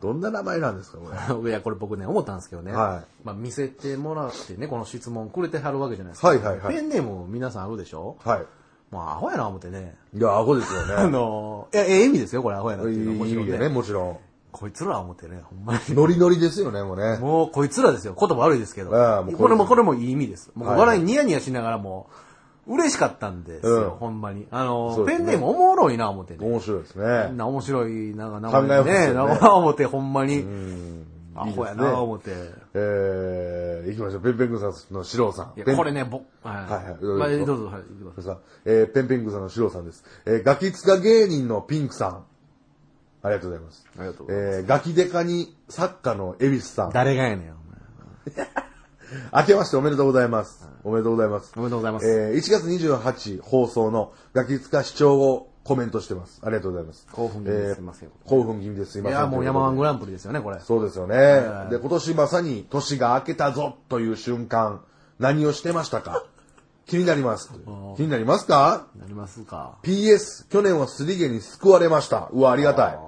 C: どんな名前なんですか、これ。
D: いや、これ僕ね、思ったんですけどね。
C: はい
D: まあ、見せてもらってね、この質問くれてはるわけじゃないですか。
C: はいはいはい
D: ペンネーム皆さんあるでしょ
C: はい。
D: もうアホやな思ってね。
C: いや、アホですよね。
D: あのー、いや、ええ意味ですよ、これアホやなって
C: い
D: いうのはも
C: い
D: ち
C: 意
D: ろん
C: 味で
D: ね。
C: ね、もちろん。
D: こいつら思ってね、ほんまに。
C: ノリノリですよね、もうね。
D: もうこいつらです よ。言葉悪いですけど。
C: ああもう
D: これも、これもいい意味です。もう
C: はい
D: 笑いニヤニヤしながらもう、嬉しかったんですよ、
C: うん
D: ほんまに。あの、
C: そうで
D: ペ
C: す
D: ン
C: ね
D: ネームおもろいな思ってね。
C: 面白いですね。
D: みんな面白い、なんか名
C: 考えます
D: ね。
C: よね
D: なんか思って、ほんまに。ア
C: いいですね
D: ホやな思って。
C: えー、行きましょう。ペンペングサのシロさん。
D: いや
C: ペン
D: これ。ね、僕、はい
C: はいはい
D: まあどうぞ、はい、行きます。
C: さんえー、ペンペングサのシロさんです。えー、ガキツカ芸人のピンクさん。ありがとうございます。
D: ありがとうござい
C: えー、ガキデカに作家のエビスさん。
D: 誰がやねん、お前。
C: 明けましておめでとうございます。おめでとうございます。
D: おめでとうございます
C: えー、1月28放送のガキツカ視聴後コメントしてます。ありがとうございます。
D: 興奮気味ですいません
C: えー興奮気味です。すいま
D: い
C: せん。
D: や、もう山ワン
C: といことで
D: グランプリですよね、これ。
C: そうですよね。で、今年まさに年が明けたぞという瞬間、何をしてまし たか気になります。気になりますか
D: なりますか。
C: ?PS、去年はすり毛に救われました。うわ、ありがたい。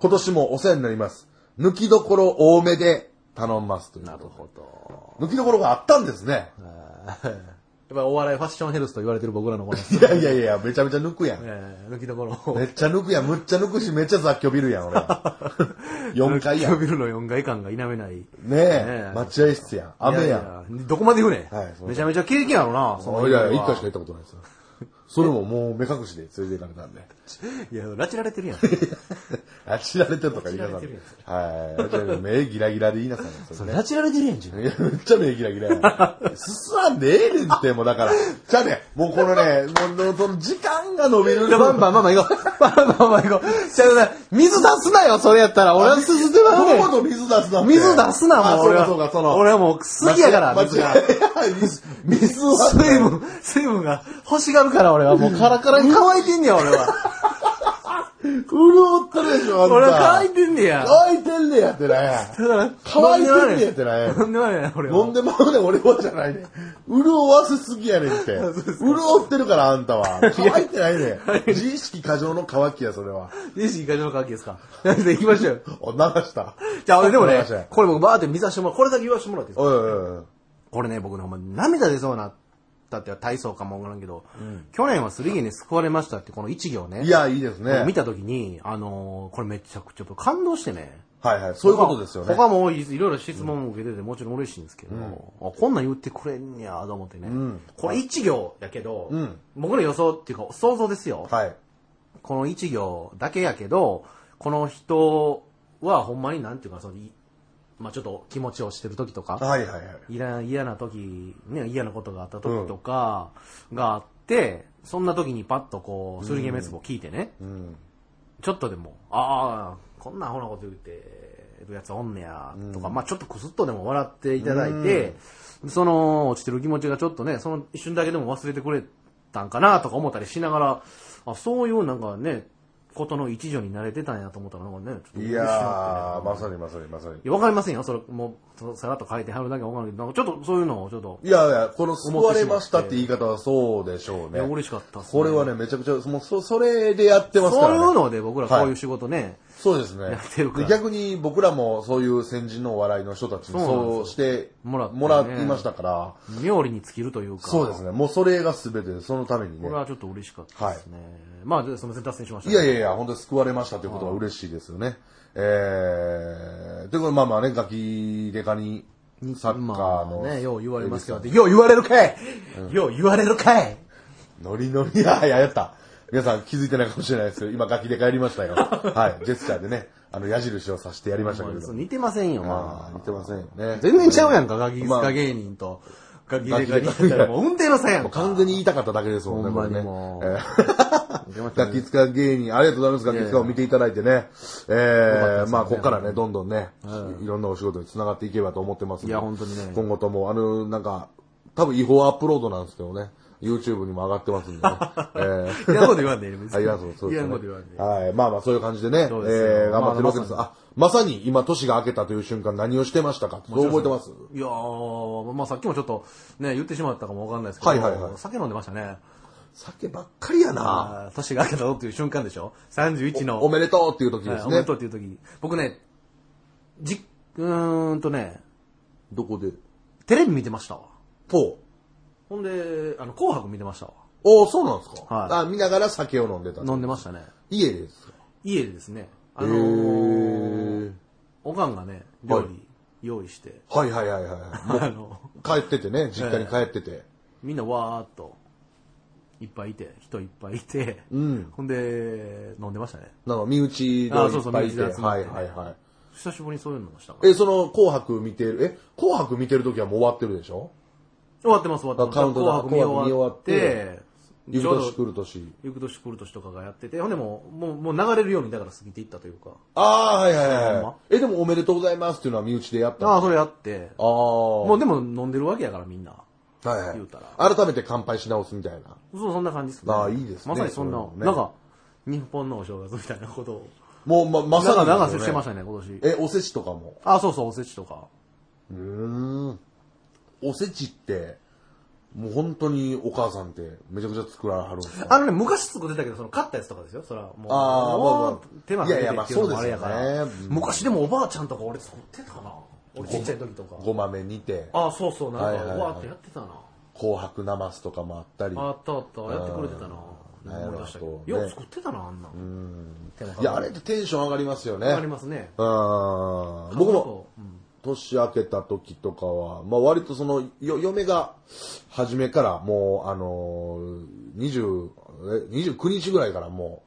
C: 今年もお世話になります。抜きどころ多めで頼んますという。
D: なるほど。
C: 抜きどころがあったんですね。
D: やっぱお笑いファッションヘルスと言われてる僕らのこ の、
C: いやいやいや、めちゃめちゃ抜くやん。
D: えー、抜きどころを
C: めっちゃ抜くやん、むっちゃ抜くし、めっちゃ雑居ビルやん、俺。4階やん。ね
D: ビルの4階感が否めない。
C: え
D: え、
C: 待合室やん。雨やん。
D: いいどこまで行くねん、
C: はいそう
D: めちゃめちゃ経験やろな、その
C: いやいや、1回しか行ったことないですよ。 それももう目隠しで連れて行かれた んで。
D: いや、拉致られてるやん。
C: あちられてるとか言いなさ
D: あち
C: い。
D: られてる
C: はいあちられてる。目ギラギラで言いなさいね。それね
D: 拉致られてるやん、自分。
C: いや、めっちゃ目ギラギラやん。すすわんでええねんって、もうだから。じゃあね、もうこのね、もう、その時間が伸びる。
D: バンバンバンバン行こう。バンバンバン行こう。ちゃうな、水出すなよ、それやったら。俺は進んでまうねん
C: どういうこと水出すなって
D: 水出すな、も
C: あ
D: う俺
C: そうかそうか、その。
D: は。俺はもう、杉やから、
C: 間違
D: 水が。
C: え水水は
D: 水分、水分が欲しがるから、俺は。もうカラカラに乾いてんねや、俺は。
C: 潤ってるでしょ、あんた。
D: 俺は乾い
C: て
D: てんねや。
C: 乾いてんねやってな んや。
D: だから、
C: 乾いてんねや
D: や
C: ってなんや。
D: なんでもないねん、俺は。
C: 飲んでまうねん俺はじゃないねん。潤わせすぎやねんって。 潤ってるからあんたは。乾 いてないねん。自意識過剰の乾きや、それは。
D: レジ行かのわけですか。なんで行きましょうよ。
C: お、流した。
D: じゃあ、俺でも
C: 流
D: ね
C: したよ、
D: これ僕バーって見させてもらう。これだけ言わせてもらっていいですか
C: おいおいおい。
D: これね、僕ね、ほんま涙出そうになったって体操かもわからんけど、去年はスリギに救われましたって、この一行ね。
C: いや、いいですね。
D: 見たときに、あのーこれめちゃくちゃ感動してね。
C: はいはい。そういうことですよね。
D: 他もいいろいろ質問も受けてて、もちろん嬉しいんですけど、あこんなん言ってくれんねやと思ってね。これ一行やけど、
C: うん
D: 僕の予想っていうか想像ですよ。
C: はい。
D: この一行だけやけど、この人はほんまになんていうか、そのいまあちょっと気持ちをしてる時とか、
C: はいはいはい。
D: 嫌嫌な時、ね、嫌なことがあった時とかがあって、そんな時にパッとこう、すりげめつぼ聞いてね、
C: うん。
D: ちょっとでも、ああ、こんなアホなこと言ってるやつおんねや、とか、まあちょっとクスッとでも笑っていただいて、その落ちてる気持ちがちょっとね、その一瞬だけでも忘れてくれたんかなとか思ったりしながら、あそういうなんかね、ことの一助に慣れてたんやと思ったらなんかね、ちょっと嬉
C: い
D: しくな
C: やー、
D: ってね
C: まさにまさにまさに
D: い。や、わかりませんよ。それ、もうそ、さらっと書いてはるだけはわかるけど、なんかちょっとそういうのをちょっと、
C: いやいや、この救われましたって言い方はそうでしょう
D: いや
C: ね。
D: 嬉しかったっす
C: これはね、めちゃくちゃ、もう、そ、それでやってますか
D: そうい
C: ら
D: う
C: ね。
D: ので僕らこういう仕事ね、
C: そうですね
D: やってるか。ら
C: で逆に僕らもそういう先人のお笑いの人たち
D: そ
C: に
D: うなん
C: そう
D: です
C: して
D: もらってね
C: もらっていましたから、
D: 妙利に尽きるというか、
C: そうですね。もうそれが全て、そのために
D: こ
C: ね
D: れ。はちょっと嬉しかったですね。まあ、すみません、脱線しました、
C: いやいやいや、本当に救われましたということは嬉しいですよね。えー、ということで、まあまあね、ガキデカに、サッカーの、
D: まあね、よう言われますけど、よう言われるかい、よう言われるかい
C: ノリノリ、あーいや、やった。皆さん気づいてないかもしれないですけど、今ガキで帰りまし たよ。はい、ジェスチャーでね、あの、矢印をさしてやりましたけれど。
D: 似てませんよ、
C: ああ、似てませんよね。
D: 全然ちゃうやんか、ガキ
C: まあ
D: スカ芸人と。ガキ
C: ガ
D: デ
C: キ
D: カ
C: デ
D: に
C: カ
D: したらもう運転の差や
C: も
D: ん
C: う
D: か。
C: 完全に言いたかっただけですもん
D: ほ
C: ね、
D: んまに
C: これね
D: もう
C: えーガキ使芸人、ありがとうございます、ガキ使を見ていただいてね。え
D: かったです
C: ー、
D: ね
C: まあ、こっからね、どんどんね、いろんなお仕事に繋がっていけばと思ってますんで
D: いや本当にね
C: 今後とも、あの、なんか、多分違法アップロードなんですけどね、YouTube にも上がってますんで ね。えー
D: いや、こと言わんでいい
C: はい、いや、そう、そう
D: い
C: です
D: や、
C: ね
D: こと言わんでいい。
C: はい、まあまあ、そういう感じでね、え
D: そうですよ
C: ー頑張ってるわけです。
D: まあ
C: あ、まさに今、年が明けたという瞬間、何をしてましたかどう覚えてます
D: いやー、まあさっきもちょっとね、言ってしまったかもわかんないですけど、
C: はいはいはい
D: 酒飲んでましたね。
C: 酒ばっかりやな
D: あー年が明けたぞっていう瞬間でしょ ?31 の。
C: おめでとうっていう時
D: はい
C: です
D: おめで
C: ね
D: と。うっていう時僕ね、じ、うーんとね、
C: どこで
D: テレビ見てましたわ。
C: ポ
D: ほんで、あの、紅白見てましたわ。
C: おおそうなんですか、
D: は
C: あ見ながら酒を飲んでた。
D: 飲んでましたね。
C: 家ですか
D: 家でですね、あ
C: へ
D: のー
C: ー、
D: おかんがね、料
C: はい
D: 理用意して、
C: はいはいはいはい。
D: あの、
C: 帰っててね、実家に帰ってて。
D: みんなわーっと、いっぱいいて、人いっぱいいて、
C: うん。
D: ほんで、飲んでましたね。
C: なんか身内
D: あ
C: が
D: ー
C: い
D: そう
C: っ
D: そう
C: ぱいいて。
D: 身内で集ま
C: は
D: っ
C: い
D: てね
C: はいはい。
D: 久しぶりにそういうのもしたから。
C: え、その、紅白見てる、え、紅白見てる時はもう終わってるでしょ
D: 終わってます、終わってます。
C: あカウントダウン
D: 紅白見終わっ
C: 紅
D: て、
C: ゆ
D: ち
C: く
D: ょう
C: 年
D: ど
C: 来る年。
D: ゆく年来る年とかがやってて、ほんでもう、もう、もう流れるようにだから過ぎていったというか。
C: ああ、はいはい
D: ほ
C: は
D: ん
C: い
D: ま。
C: え、でもおめでとうございますっていうのは身内でやった
D: ああ、
C: の
D: それやって。
C: ああ。も
D: もうでも飲んでるわけやからみんな。
C: はいはい
D: 言うたら
C: 改めて乾杯し直すみたいな。
D: そう、そんな感じですね。
C: ああいいですね
D: まさにそんな、
C: そういうのね
D: なんか、日本のお正月みたいなことを。
C: もうま、まさ
D: な
C: に、
D: んか、なんかしてましたね、今年。
C: え、おせちとかも。
D: ああ、そうそう、おせちとか。
C: うーん。おせちって、もう本当にお母さんってめちゃくちゃ作らはるんですよ
D: あのね、昔作ってたけど、その買ったやつとかですよ、それはもう。
C: あーまあまあ
D: もう手間かけてっていうのもあれやか
C: いやいや
D: ら
C: まあそうですよね。うん
D: 昔でもおばあちゃんとか俺作ってたな。俺ちっちゃい時とか。
C: ごまめ煮て
D: あ、そうそう、なんか、
C: はいはいはいう
D: わーってやってたな。
C: 紅白なますとかもあったり
D: あったあった、やってくれてたな。
C: うんなんやろ
D: 思い出したけど
C: あ。とね
D: よく作ってたな、あんなん。手間かけて
C: いやあれってテンション上がりますよね
D: ありますね。
C: うん僕も
D: うん。
C: 年明けた時とかは、まあ、割とそのよ嫁が初めからもうあのー、20え29日ぐらいからも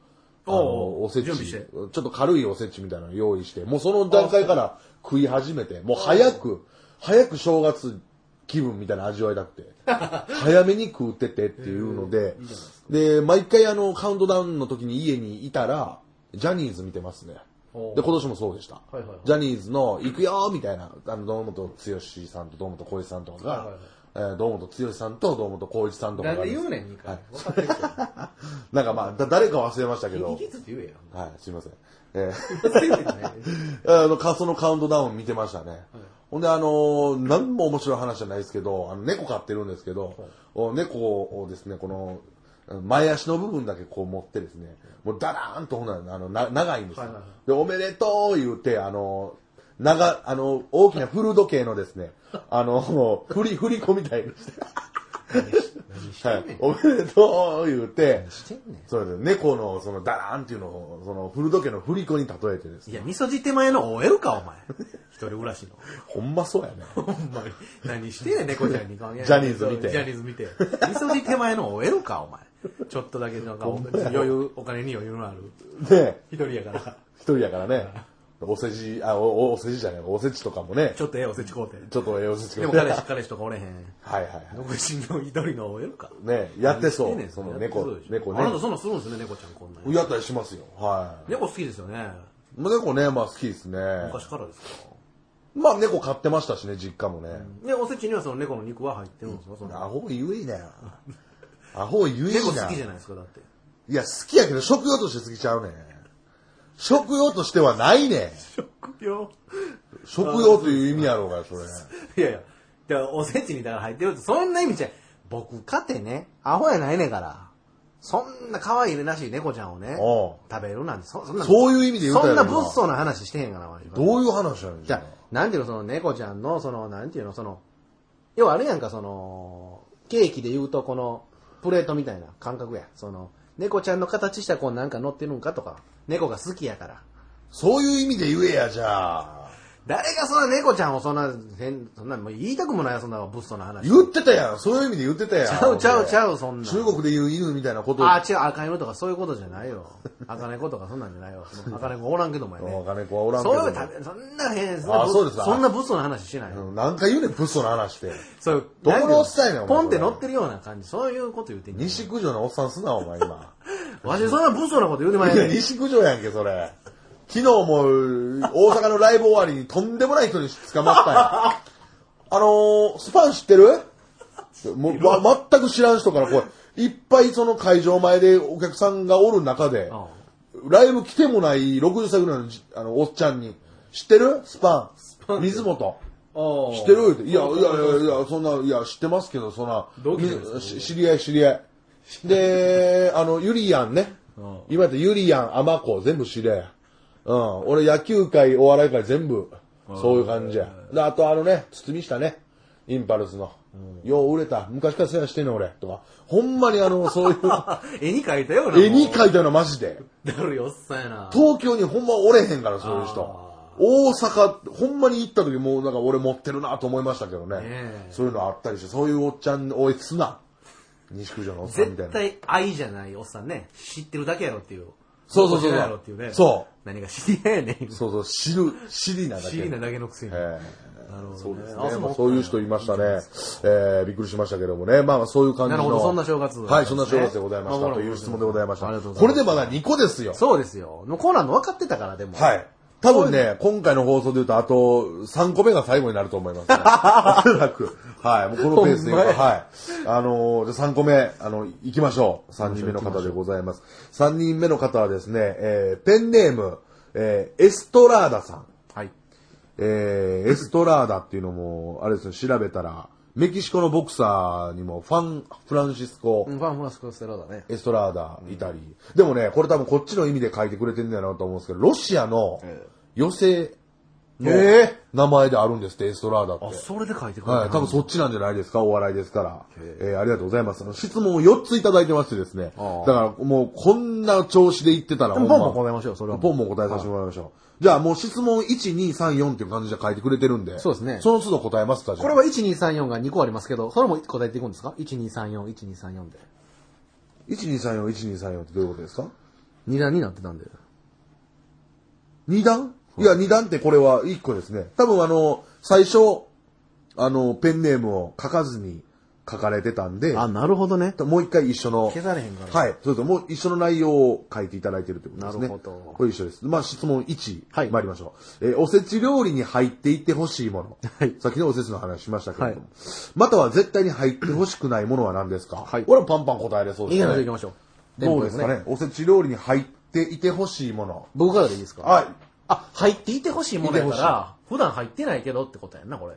C: うあのー
D: おう
C: おせち
D: 準備して
C: ちょっと軽いおせちみたいなの用意してもうその段階から食い始めてもう早く早く正月気分みたいな味わいだ って早めに食うててっていうので
D: いいじゃないです
C: で毎回あのカウントダウンの時に家にいたらジャニーズ見てますね
D: おう
C: で今年もそうでした
D: いはいはい
C: ジャニーズの行くよーみたいな、あの、堂本剛さんと堂本光一さんとか
D: はいはい
C: が
D: はい、
C: えー堂本剛さんと堂本光一さんとか
D: な
C: が。
D: んで言うねん、二回
C: はい。
D: 分かってる
C: なんかまあ、だ誰か忘れましたけ
D: よ。
C: ど
D: 引、きつって言えや。
C: はい、すいません。え
D: せめてね
C: ーあの、かそのカウントダウン見てましたね。ほんで、あのー、なんも面白い話じゃないですけど、あの、猫飼ってるんですけど、お猫をですね、この、前足の部分だけこう持ってですね、もうダラーンとほんならあの、な長いんですよ
D: はいはいはい
C: で、おめでとう言うて、あの、長、あの、大きなフル時計ので すね、あの、もう振り、振り子みたいにして、はい、おめでとう言うて、
D: してんねん。
C: そうです猫のそのダラーンっていうのを、そのフル時計の振り子に例えてです
D: い
C: ね、
D: や、味噌汁手前の OL か、お前。一人暮らし
C: ほんまそうや ね。
D: の。ほんまに。何してんねん、猫ちゃんに関係ない
C: ジャニーズ見 て
D: ジャニーズ見て。味噌汁手前の OL か、お前。ちょっとだけ、なんか、本当に余裕、お金に余裕のある。
C: で、
D: 一人やから。
C: 一人やからね、お世辞、あ、おお世辞じゃない、おせちとかもね、
D: ちょっとええおせち買うて。
C: ちょっと栄養士
D: でも彼氏、彼氏とかおれへん。
C: はいはいはい。
D: 独身の一人の OL か。
C: ねやってそう
D: 何してんねん
C: その
D: れ
C: 猫
D: やってそうでしょ
C: 猫ね
D: あなたそんなんするんですね、猫ちゃんこんなに。
C: やったりしますよ。はい。
D: 猫好きですよね。
C: まあ猫ね、まあ好きですね。
D: 昔からですか。
C: まあ猫飼ってましたしね、実家もね。
D: で、おせちにはその猫の肉は入ってるんですか、その
C: アホゆえな。アホゆえな。
D: 猫好きじゃないですか、だって。
C: いや、好きやけど食用として好きちゃうねん。食用としてはないねん。
D: 食用。
C: 食用という意味やろうが、それ。
D: いやいや、だからおせちにだから入ってるって、そんな意味じゃ、僕かてね、アホやないねんから。そんな可愛いらしい猫ちゃんをね
C: おう、
D: 食べるなんて、そそんな、
C: そういう意味で言うた
D: そ
C: ら
D: ん
C: 今
D: な物騒な話してへんから、わし
C: どういう話なん
D: じ
C: じ
D: ゃ
C: ゃ
D: あなんていうの、その猫ちゃんの、その、なんていうの、その、要はあれやんか、その、ケーキで言うと、この、プレートみたいな感覚や。その、猫ちゃんの形したこうなんか乗ってるんかとか、猫が好きやから。
C: そういう意味で言えや、じゃあ。
D: 誰がそんな猫ちゃんをそんな、へんそんな、もう言いたくもないよ、そんな物騒な話。
C: 言ってたやん。そういう意味で言ってたやん。
D: ちゃうちゃうちゃうそんなん
C: 中国で言う犬みたいなことを。
D: あ、違う、赤猫とかそういうことじゃないよ。 赤猫とかそんなんじゃないよ。赤猫おらんけどもやね。
C: 赤猫はおらんけ
D: そ
C: ど
D: う
C: も
D: いう食べ、そんな変、そん
C: あ
D: なぶ
C: そうですか
D: そんな物騒な話しないよ。
C: うん何回言うねん、ブスの話って。
D: そういう、
C: どこのおっさんやね
D: なん
C: んお
D: ていう
C: 前
D: ポンって乗ってるような感じ。そういうこと言うてんねん
C: 西九条のおっさんすな、お前 今。
D: わしそんな物騒なこと言うてまい
C: いや、
D: ねん。
C: 西九条やんけ、それ。昨日も、大阪のライブ終わりにとんでもない人に捕まったんや。 あのー、スパン知ってるもう、わ全く知らん人からこれ、いっぱいその会場前でお客さんがおる中で、ライブ来てもない60歳ぐらいのじあのおっちゃんに、知ってるスパン。水本。
D: お
C: 知ってるっていや、いやいやいや、そんな、いや、知ってますけど、そんな、
D: 同期ですか
C: みし知り合い、知り合い。で、 あの、ユリアンね。今やったらユリアン、アマコ、全部知り合いや。うん。俺、野球界、お笑い界、全部、そういう感じや。で、あと、あのね、堤下ね。インパルスの。よう売れた。昔から世話してんの、俺。とか。ほん まに、あの、そういう、
D: 絵に描いたような。
C: 絵に描いたような、マジで。
D: だるよ、おっさんやな。
C: 東京にほんまおれへんから、そういう人。大阪、ほんまに行った時もうなんか俺持ってるなと思いましたけどね。
D: え
C: そういうのあったりして、そういうおっちゃん、おい、すな。西九条のおっさんみたい
D: 絶
C: な。
D: 対愛じゃないおっさんね。知ってるだけやろっていう。
C: そうそうそう
D: 知らんやろっていうね。。
C: そう
D: 何が知り合いやねん。
C: そうそう、知る、知りなだけ。
D: 知りなだけのくせに。
C: ええ
D: なるほどね
C: そうですね。
D: あそう
C: まあそういう人いましたね。ええびっくりしましたけどもね。まあまあそういう感じ
D: な
C: の。
D: るほどそんな正月
C: はい、そんな正月でございまし
D: まあ
C: た。
D: まあ
C: という質問でございました。
D: ありがとうございます
C: これでまだ2個ですよ。
D: そうですよ。もうこうなんの分かってたから、でも。
C: はい。多分ね、今回の放送で言うと、あと3個目が最後になると思 いますね。おそらく。はい。もうこのペースでいけば
D: ほんま
C: はい。あのー、じゃあ3個目、あの、行きましょう。3人目の方でございます。3人目の方はですね、えーペンネーム、えーエストラーダさん。
D: はい。
C: えーエストラーダっていうのも、あれですね、調べたら、メキシコのボクサーにもファン・フランシスコ
D: う、んファンフランスコステロだね。
C: エストラーダいたり、でもね、これ多分こっちの意味で書いてくれてんだよなと思うんですけど、ロシアの寄席の
D: え
C: 名前であるんですって、エストラーダって。
D: あ、それで書いてくれ
C: はい、多分そっちなんじゃないですか、お笑いですから。えーありがとうございます。あの質問を4ついただいてましてですね。だ
D: ああ
C: からもうこんな調子で言ってたら、
D: でもポンポン答えましょう、それは。
C: ポンポン答えさせてもらいましょう。じゃあもう質問1、2、3、4っていう感じで書いてくれてるんで。
D: そうですね
C: その都度答えますか、じゃ
D: こ
C: あ
D: れは1234が2個ありますけど、それも答えていくんですか ?1234、1234で。
C: 1234、1234ってどういうことですか
D: 2段になってたんで。
C: 二段いや、二段ってこれは一個ですね。多分あの、最初、あの、ペンネームを書かずに書かれてたんで、
D: あ、なるほどね。
C: もう一回一緒の、
D: 消されへんから。
C: はい。それともう一緒の内容を書いていただいてるということですね。
D: なるほど
C: これ一緒です。まあ質問1、
D: はい
C: 参りましょう。えーおせち料理に入っていってほしいもの。
D: はい
C: さっきのおせちの話しましたけれども。
D: はい
C: または絶対に入ってほしくないものは何ですか
D: はい
C: 俺はパンパン答えれそう
D: い
C: で
D: い
C: す
D: ので
C: ね。
D: いきましょう。
C: どうですか
D: テンポ
C: ね。おせち料理に入っていてほしいもの。
D: 僕からでいいですか
C: はい。
D: あ、入っていてほしいものやから、普段入ってないけどってことやんな、これ。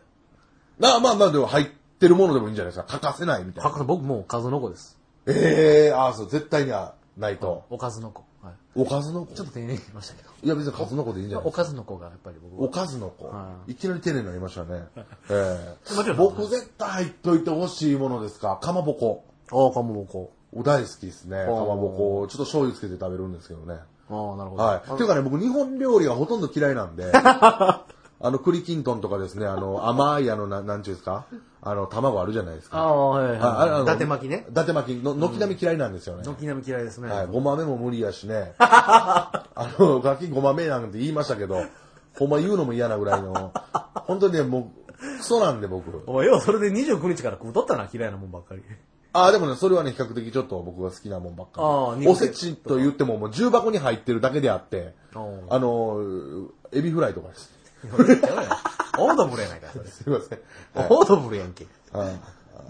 C: まあまあまあ、でも入ってるものでもいいんじゃないですか。欠かせないみたい
D: か
C: な。
D: か僕もうおかずの子です。
C: ええー、ああ、そう、絶対にはないと。
D: おかずの子。はい。
C: おかずの子
D: ちょっと丁寧に言いましたけど。
C: いや別にカツの子でいいんじゃない
D: お
C: ですか。
D: かずの子がやっぱり僕
C: お
D: は。
C: かずの子
D: は。い
C: いきなり丁寧になりました ね。ええ
D: もちろん
C: 僕絶対入っといてほしいものですか。かまぼこ。
D: ああ、かもぼこ。
C: お大好きですね。かまぼこ。ちょっと醤油つけて食べるんですけどね。
D: ああ、なるほど。
C: はい。っていうかね、僕日本料理がほとんど嫌いな んで、あの、栗きんとんとかですね、あの、甘いあの、ななんちゅうんですかあの、卵あるじゃないです
D: あ
C: か。
D: あ、はい
C: ああれあ
D: はい。
C: の
D: 伊達巻きね
C: 伊。達巻き、の、軒並み嫌いなんですよね。
D: 軒並み嫌いですね。
C: はい、ごまめも無理や しね。あの、ガキごまめなんて言いましたけど、ほんま言うのも嫌なぐらいの、本当にね、もう、クソなんで僕。
D: お前、ようそれで29日から食うとったな、嫌いなもんば っかり。
C: ああ、でもね、それはね、比較的ちょっと僕が好きなもんばっかり。
D: あー肉
C: おせちと言っても、もう重箱に入ってるだけであって、
D: あー
C: あの、エビフライとかです。
D: オードブルやないか、それ。
C: すいません。はい
D: オードブルやんけ。
C: はい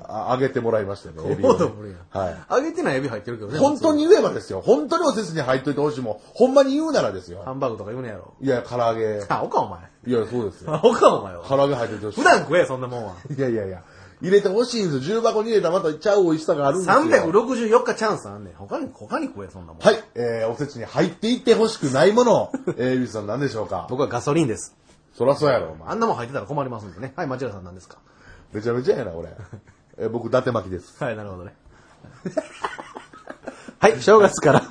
C: ああげてもらいましたね、
D: オ
C: エビをね
D: ードブルやん。
C: はい。
D: 揚げてないエビ入ってるけどね。
C: 本当に言えばですよ。本当におせちに入っといてほしいもん。ほんまに言うならです
D: ハ
C: よ。
D: ンバーグとか言うねやろ。
C: いや、唐揚げ。
D: あ、おかお前。
C: いや、そうですよ。
D: あ、おかお前は。
C: 唐揚げ入っててほしい。
D: 普段食え、そんなもんは。
C: いやいやいや。入れてほしいんですよ。重箱に入れたらまたちゃう美味しさがあるんですよ。
D: 364日チャンスあんねん。他に、他に食え、そんなもん。
C: はい。えー、おせちに入っていってほしくない もの。えー、ゆうさん何でしょうか
D: 僕はガソリンです。
C: そらそうやろ、お
D: あ
C: 前。
D: んなもん入ってたら困りますんでね。はい、町田さんなんですか。
C: めちゃめちゃやな、俺。えー、僕、伊達巻きです。
D: はい、なるほ どね。はい、正月 から。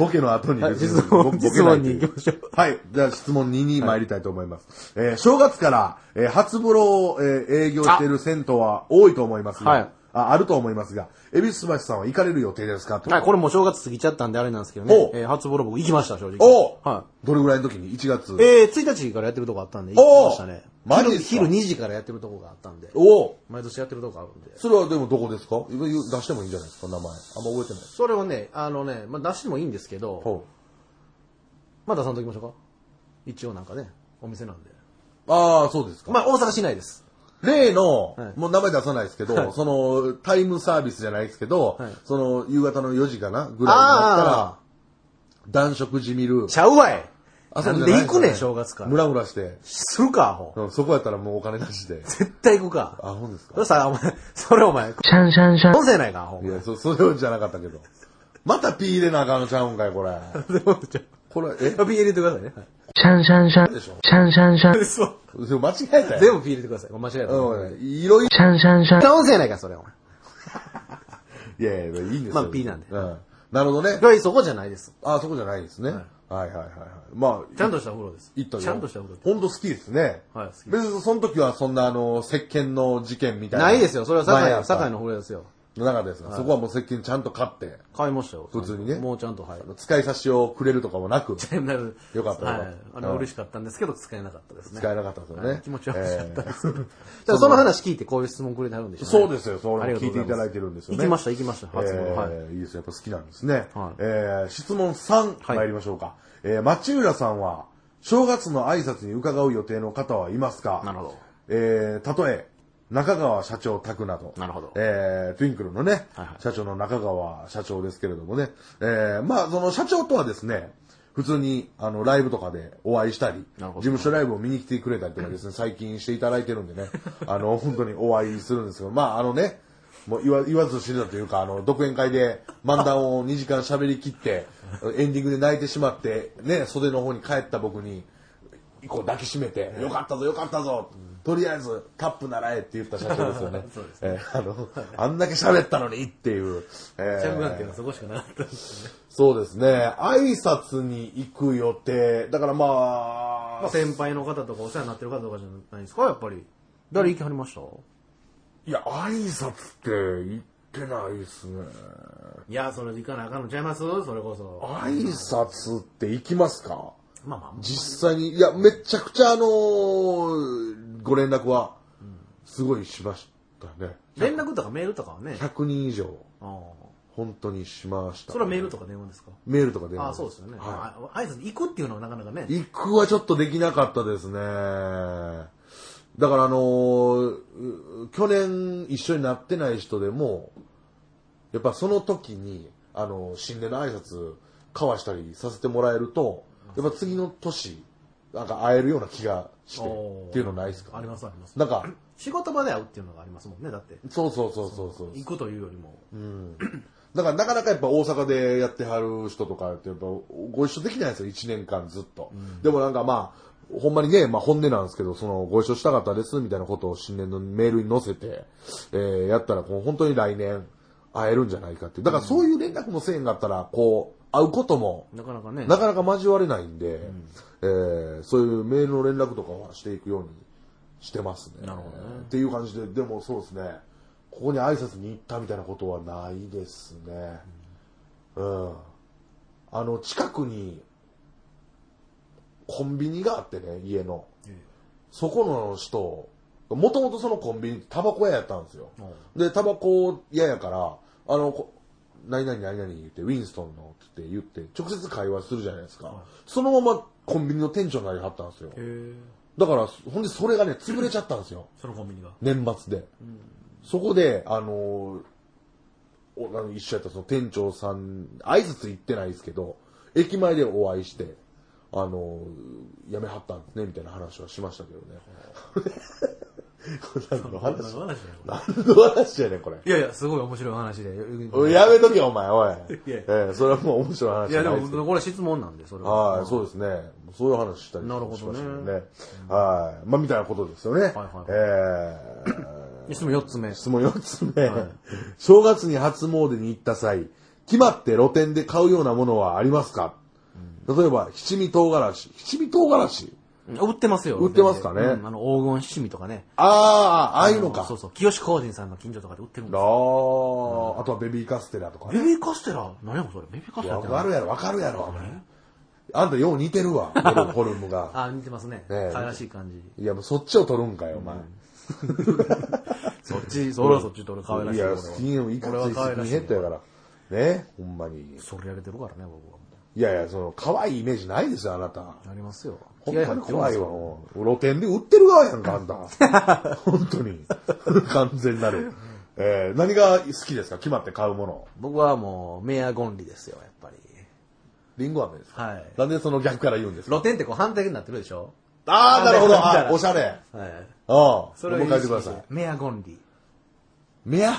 C: ボケの後にですね
D: 質問
C: ボボケないという
D: 質問に行きましょう
C: はい。じゃあ質問2に参りたいと思います。えー、正月から、えー、初風呂を、えー営業している銭湯は多いと思いますが、
D: はい
C: ああると思いますが、恵比寿橋さんは行かれる予定ですかと。
D: はい、これもう正月過ぎちゃったんであれなんですけどね
C: お。
D: えー初ボロ僕行きました、正直。
C: お
D: はい。
C: どれぐらいの時に ?1 月。
D: えー、1日からやってるとこあったんで、行き
C: おー
D: ましたね。
C: マジ
D: 昼
C: っすか
D: 昼2時からやってるとこがあったんで、
C: おー
D: 毎年やってるとこあるんで。
C: それはでもどこですか今言う出してもいいんじゃないですか名前。あんま覚えてない。
D: それをね、あのね、まあ、出してもいいんですけど、まあ出さんときましょうか。一応なんかね、お店なんで。
C: ああ、そうですか。
D: まあ大阪市内です。
C: 例の、
D: はい
C: もう名前出さないですけど、その、タイムサービスじゃないですけど、
D: はい
C: その、夕方の4時かなぐらいになったら
D: あ、
C: 暖色地見る。
D: ちゃうわいな
C: 朝
D: ん
C: じゃ
D: で
C: ない
D: 行くねん、
C: すよ
D: 正月か
C: ム
D: ら。
C: ラムラして。
D: するか、アホ。
C: うんそこやったらもうお金 なしで。
D: 絶対行くか。
C: あ、ほんです
D: それ
C: か
D: さ、お前、それお前、シャンシャンシャン。音声やないか、アホ
C: い。や、そ、それじゃなかったけど。またピー入れなあかんのちゃうんかい、これ。
D: でもちょ
C: これ、え
D: っとピー入れてくださいね。はい
C: でしょ
D: そう
C: でも間違えたよ。
D: 全部ピー入れてください。これ間違いない。
C: うん、いろいろ
D: 音声やないか、それお前。
C: いやいや、いいんですよ。
D: まあ P なんで
C: うん。なるほどね
D: い。やそこじゃないです。
C: あ、そこじゃないですね。はいはいはいはい。まあ、
D: ちゃんとしたお風呂です。
C: 行ったよ
D: ちゃんとしたお風呂です。
C: ほんと好きですね。
D: はい好きです
C: 別にその時はそんなあの、石鹸の事件みたいな。
D: ないですよ。それは
C: 前
D: 堺
C: やっ
D: の、
C: た
D: 堺のお風呂ですよ。
C: の中ですが、そこはもう石鹸ちゃんと買って、
D: 買いましたよ。
C: 普通にね
D: もうちゃんと、はい。
C: 使い差しをくれるとかも なく、使
D: なる
C: よかったよかった
D: はい。あれ
C: うん
D: 嬉しかったんですけど、使えなかったですね。
C: えなかったですよ
D: は
C: ね
D: い。気持ち悪かった
C: え
D: で
C: ー
D: す けど。だからその話聞いてこういう質問くれてはるんでしょね
C: そうですよ、そ
D: ありが
C: れ
D: と
C: も聞
D: う
C: い
D: ご
C: て
D: ざ
C: いただ
D: ます
C: いてるんですよ
D: 行
C: ね。
D: きました、行きました。初物。はい。
C: えーいいですよ、やっぱ好きなんですね。
D: はい
C: えー質問3、
D: はい
C: 参りましょうか。えー、町浦さんは、正月の挨拶に伺う予定の方はいますか
D: なるほど。
C: えー、例え、中川社長宅など。
D: なるほど
C: えー、トゥインクルのね、
D: はいはい
C: 社長の中川社長ですけれどもね。えー、まあ、その社長とはですね、普通に、あの、ライブとかでお会いしたり、
D: なるほど
C: 事務所ライブを見に来てくれたりとかですね、最近していただいてるんで ね、あの、本当にお会いするんですけど、まあ、あのね、もう言わ言わず知れたというか、あの、独演会で漫談を2時間喋り切 って、エンディングで泣いてしまって、ね、袖の方に帰った僕に、こう抱きしめて、よかったぞ、よかったぞ、とりあえずタップ習えって言った社長ですよね。 そうですえーあの、あんだけ喋ったのにっていう。えー
D: ジャムなんていうのはそこしかなかったです。
C: そうですね。挨拶に行く予定。だからまあ、
D: まあ先輩の方とかお世話になってる方とかじゃないですか、やっぱり。誰行きはりました
C: いや、挨拶って行ってないですね。
D: いや、それ行かなあかんのちゃいますそれこそ。
C: 挨拶って行きますか
D: まあまあ、
C: 実際に、いや、めちゃくちゃあのーご連絡は、すごいしましたね。
D: 連絡とかメールとかはね。
C: 100人以上、
D: あ
C: 本当にしました、
D: あそれはメールと
C: か
D: か電話ですか
C: メールとか電話
D: ああ、そうですよね。
C: はい
D: あ挨拶行くっていうのはなかなかね。
C: 行くはちょっとできなかったですね。だからあのーう去年一緒になってない人でも、やっぱその時に、あのー新年の挨拶交わしたりさせてもらえると、やっぱ次の年、なんか会えるような気がして、
D: おー
C: っていうのないですか
D: ありますあります。
C: なんか、
D: 仕事場で会うっていうのがありますもんね、だって。
C: そうそうそうそうそう。
D: 行くというよりも。
C: だからなかなかやっぱ大阪でやってはる人とかってやっぱご一緒できないんですよ、1年間ずっと。でもなんかまあ、ほんまにね、まあ本音なんですけど、そのご一緒したかったですみたいなことを新年のメールに載せて、えーやったらこう本当に来年会えるんじゃないかっていう。だからそういう連絡もせえんかったら、こう、会うことも、
D: なかなかね。
C: なかなか交われないんで、えーそういうメールの連絡とかはしていくようにしてますね。
D: なるほどね
C: っていう感じで、でもそうですね、ここに挨拶に行ったみたいなことはないですね。うん。あの、近くにコンビニがあってね、家の。
D: え
C: そこの人、もともとそのコンビニ、タバコ屋やったんですよ。
D: え
C: で、タバコ嫌やから、あの、こ何々何々言って、ウィンストンのって言って、直接会話するじゃないですか。そのままコンビニの店長になりはったんですよ
D: へ。え。
C: だから、ほんでそれがね、潰れちゃったんですよ。
D: そのコンビニが。
C: 年末で。そこで、あのーおあの一緒やったその店長さん、挨拶行ってないですけど、駅前でお会いして、あのー辞めはったんですね、みたいな話はしましたけどね。 これ 何の
D: 何
C: 話
D: の話だよ
C: 何の話やねん、これ。
D: いやいや、すごい面白い話で。
C: おいやめとけよ、お前、おい。
D: いや
C: ええそれはもう面白い話
D: い
C: じ
D: や、
C: ゃ
D: で
C: な
D: も
C: いですけど。
D: これ質問なんで、それ
C: はい、そう
D: う。
C: ですね。そういう話したりし
D: なるほ
C: ま
D: どね
C: したもんね。はい。まあ、みたいなことですよね。はい
D: はい
C: ええ
D: 質問4つ目。
C: 質問4つ目、正月に初詣に行った際、決まって露店で買うようなものはありますか、例えば、七味唐辛子。七味唐辛子
D: うん売ってますよ。
C: 売ってますかね
D: うんあの、黄金七味とかね。
C: ああ、ああいうのか。あ
D: そうそう。清志工人さんの近所とかで売ってるんですよ。
C: あ、あとはベビーカステラとかね
D: ベビーカステラ何やろそれ。ベビーカステラ
C: わ
D: って
C: か
D: 何
C: るやろ、わかるやろ、お前あんたよう似てるわ、フォルフォルムが。
D: あ、似てますね。
C: ええ
D: 可愛らしい感じ。
C: いや、もうそっちを取るんかよ、お前。
D: そっち、俺はそっちと俺可愛らしい。
C: いや、
D: 俺は
C: スキンいか
D: 俺
C: つ
D: はい可
C: ス
D: 愛
C: キ
D: ら
C: ン
D: しい
C: ヘッドやから。ね、ほんまに。
D: それやれてるからね、僕は。
C: いやいや、その、可愛いイメージないですよ、あなた。
D: ありますよ。
C: ほんまに怖い
D: 気合
C: わ、
D: 入って
C: もう露店で売ってる側やんか、あん た。本当に。完全なる。えー、何が好きですか決まって買うもの。
D: ます。僕はもう、メアゴンリですよ、やっぱり。
C: リンゴ飴ですか
D: はい
C: なんでその逆から言うんですか
D: 露天ってこう反対になってるでしょ
C: ああ、なるほど。
D: 反対
C: あ、おしゃれ。
D: はい。
C: ああ、そ
D: そ
C: れ
D: れ
C: も書いてください。
D: メアゴンリ。
C: メ ア、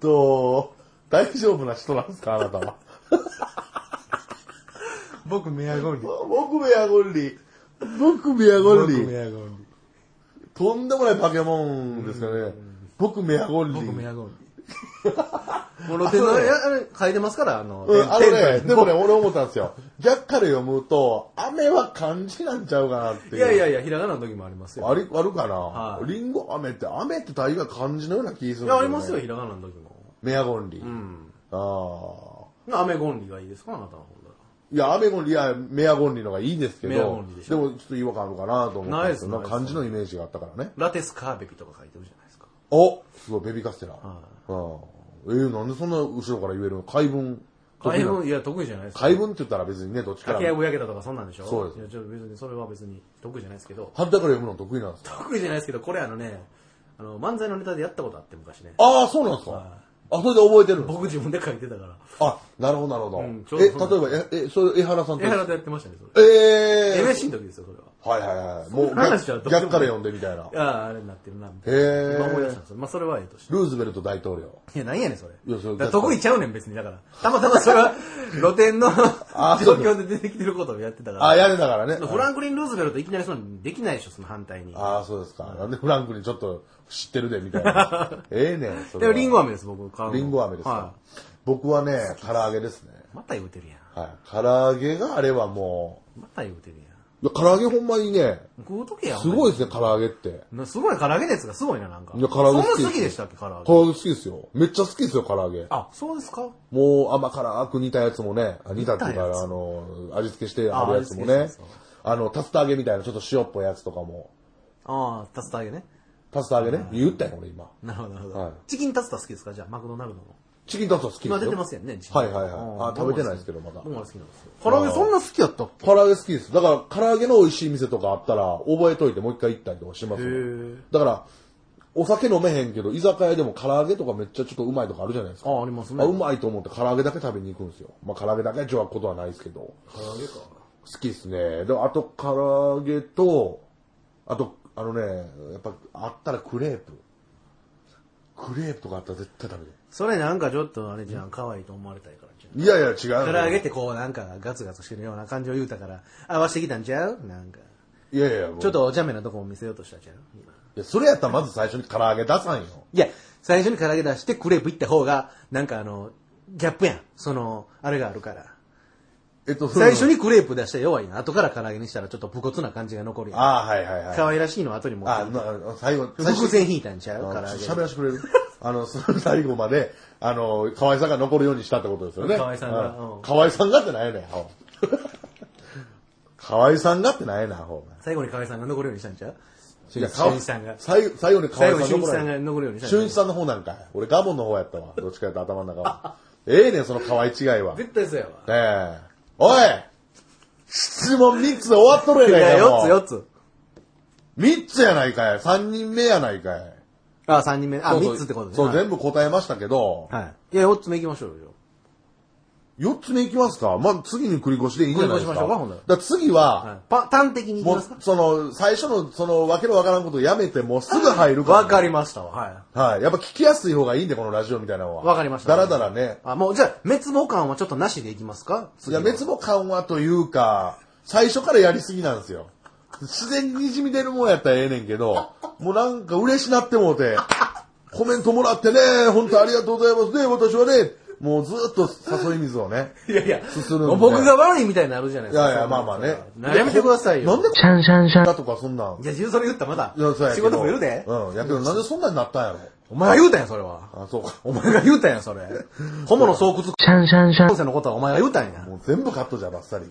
C: と、大丈夫な人なんですかあなたは。
D: 僕メアゴンリ。
C: 僕メアゴンリ。僕メアゴンリ。
D: アゴンリ。
C: とんでもない化け物ですからね。僕メアゴンリ。
D: 僕メアゴンリ。もう露天の、
C: あそうね
D: いやあれ、書いてますから、あの、
C: うん、あのね、
D: 天
C: でもね、俺思ったんですよ。逆から読むと、雨は漢字なんちゃうかなっていう。
D: いやいやいや、ひらがなの時もありますよ。
C: あり、あるかな、
D: はい
C: リンゴ飴って、飴って大概漢字のような気するん
D: い
C: だ
D: や、
C: ね
D: ありますよ、ひらがなの時も。
C: メアゴンリ。
D: うん。
C: ああ。
D: アメゴンリがいいですか、あなたの方だ
C: いや、アメゴンリ、いや、メアゴンリのがいいんですけ
D: メア
C: ど
D: ゴンリで、し
C: で
D: ょ
C: もちょっと違和感あるかなと思ったんけど
D: ないです
C: んか漢字のイメージがあったからね。
D: ラテスカーベビとか書いてるじゃないですか。
C: おすごい、ベビーカステラ。
D: は
C: うん。えー、なんでそんな後ろから言えるの解文。
D: 解文、いや、得意じゃないですか。
C: 解文って言ったら別にね、どっちから
D: 掛け合い
C: も。
D: ぼやけたとかそんなんでしょ
C: そうです
D: いや、ちょっと別に、それは別に得意じゃないですけど。
C: 反対から読むの得意なんですか
D: 得意じゃないですけど、これあのね、あの、漫才のネタでやったことあって昔ね。
C: ああ、そうなんですか。あ、それで覚えてるの
D: 僕自分で書いてたから。
C: あ、なるほど、なるほど。
D: うんちょう
C: え、例え
D: どそ
C: ば、え、え、それ、江原さんと。
D: 江原とやってましたね、それ。
C: えー
D: NSC の時ですよ、それは。
C: はいはいはい。もう
D: 話はど
C: 逆、
D: うでもいい
C: 逆から読んでみたいな。
D: ああ、あれになってるな、みたいな。
C: へ
D: 今思い出し
C: ー
D: たんですよ。まあ、それはええとして。
C: ルーズベルト大統領。
D: いや、なんやねん、それ。
C: いやそれ
D: だから得意ちゃうねん、別に。だから。たまたまそれは、露店の
C: あー
D: 状況で出てきてることをやってたから。
C: あ、やれだからね。
D: フランクリン・ルーズベルトいきなりそのできないでしょ、その反対に。
C: ああ、そうですか。なんでフランクにちょっと知ってるで、みた いな。ええねん、それ
D: で
C: は
D: も、リンゴ飴です、僕、買うの
C: リンゴ飴ですか
D: は。
C: 僕はね、唐揚げですね。
D: い。また言うてるやん。
C: はい。唐揚げがあればも
D: また言うてるやん。
C: う、いや唐揚げほんまにね、
D: 食うとけやん。
C: すごい
D: い。
C: ですね、唐揚げって。
D: なすごい、唐揚げ熱がすごいな、なんか。
C: いや唐揚げ好き
D: そんな好きでしたっけ、唐揚げ。
C: 唐揚げ好きですよ。めっちゃ好きですよ、唐揚げ。
D: あ、そうですか
C: もう甘辛く煮たやつもね、あ煮たっていうか、
D: 煮たやつ
C: あの、味付けしてあるやつも
D: あ味付け
C: ね
D: してるや、
C: あの、竜田揚げみたいなちょっと塩っぽいやつとかも、
D: ああ、タスタ揚げね。
C: 竜田揚げね、言ったよ、俺今。
D: なるほど、なるほ
C: はい
D: ど。チキンタツタ好きですかじゃあ、マクドナルドの。
C: チキンタツタ好きですよ。
D: 今出てますよね、チキン
C: はいはいはい。
D: うん
C: あ、食べてないですけど、まだ。
D: 僕も好きなんですよ。唐揚げそんな好きやったっけ
C: 唐揚げ好きです。だから、唐揚げの美味しい店とかあったら、覚えといてもう一回行ったりとかしますも
D: へ
C: ん
D: ー
C: だから、お酒飲めへんけど、居酒屋でも唐揚げとかめっちゃちょっとうまいとかあるじゃないですか。
D: あ、ありますね。
C: あうまいと思って唐揚げだけ食べに行くんですよ。まあ唐揚げだけはちょっことはないですけど。
D: 唐揚げか。
C: 好きですね。で、あと唐揚げと、あと、あのね、やっぱあったらクレープ。クレープとかあったら絶対食べて。
D: それなんかちょっとあれじゃん、可愛いと思われたいからじゃん。
C: いやいや違
D: 唐
C: う。
D: 揚げってこうなんかガツガツしてるような感じを言うたから、合わしてきたんちゃうなんか。
C: いやいや、もう
D: ちょっ。とお茶目なとこも見せようとしたじゃん。今
C: いやそれやったらまず最初に唐揚げ出さんよ。
D: いや、最初に唐揚げ出してクレープ行った方が、なんかあの、ギャップやん。その、あれがあるから。
C: えっと、
D: 最初
C: に。
D: にクレープ出したら弱いな。後から唐揚げにしたらちょっと武骨な感じが残るやん。
C: ああ、はいはいはい。
D: 可愛らしいの後にも。
C: あ、な最後、最
D: 伏
C: 初
D: 線引いたんちゃ
C: あ
D: う唐揚げ。
C: 喋らせてくれる あの、その最後まで、あの、河合さんが残るようにしたってことですよね。
D: 河合さんが
C: う
D: うん
C: 河合さんがってないよね、 ほう河合さんがってないな、ほう
D: 最後に河合さんが残るようにしたんちゃう
C: 違う
D: 俊一さんが
C: 最後最後に河
D: 最
C: 合
D: 後
C: さ
D: に俊一さん
C: ん残らな
D: が
C: い
D: 残るようにしたんちゃ
C: 俊
D: う
C: 一さんの方なんかい。俺ガモンの方やったわ。どっちかやったら頭の中は。ええねん、その河合違いは。ね
D: 絶対そうやわ。
C: え。おい質問3つで終わっとる
D: い
C: やな
D: や、
C: いかよ。
D: 4つ4つ。
C: 3つやないかい。3人目やないかい。
D: あ、3人目。あ、
C: そうそう
D: 3つってことね。
C: そう、
D: はい
C: 全部答えましたけど、
D: はい。いや、4つ目行きましょうよ。
C: 4つ目いきますかまあ、次に繰り越しでいいんじゃないですか。
D: 繰り越しましょうかほんなら
C: だら次は、
D: はい。パ端的に行き
C: も
D: ます
C: う
D: か、
C: その、最初の、その、わけのわからんことをやめて、もうすぐ入るから。
D: わかりましたわ。は
C: はい。やっぱ聞きやすい方がいいんで、このラジオみたいなのは。
D: い。わかりました。
C: だらだらね。
D: あ、もう、じゃあ、滅亡感はちょっとなしでいきますか
C: いや、滅亡緩和というか、最初からやりすぎなんですよ。自然に滲み出るもんやったらええねんけど、もうなんか嬉しなってもうて、コメントもらってね、本当ありがとうございますね、私はね、もうずっと誘い水をね。
D: いやいや、
C: 進むんで
D: 僕が悪いみたいになるじゃない
C: い
D: ですか。
C: やいや、まあまあね。
D: やめてくださいよ。
C: なんでこんなとかそんなん。
D: いや、自分それ言ったらま
C: いやそうや
D: だ、
C: け
D: 仕
C: ど
D: 事増えるで。
C: うん。やけどなんでそんなになったんや
D: お前が言うたんや、それは。
C: ろ。あ、そうか。
D: お前が言うたんや、そ れ。ホモの巣窟、シャンシャンシャン。のことはお前が言うたんや。
C: もう全部カットじゃばっさり。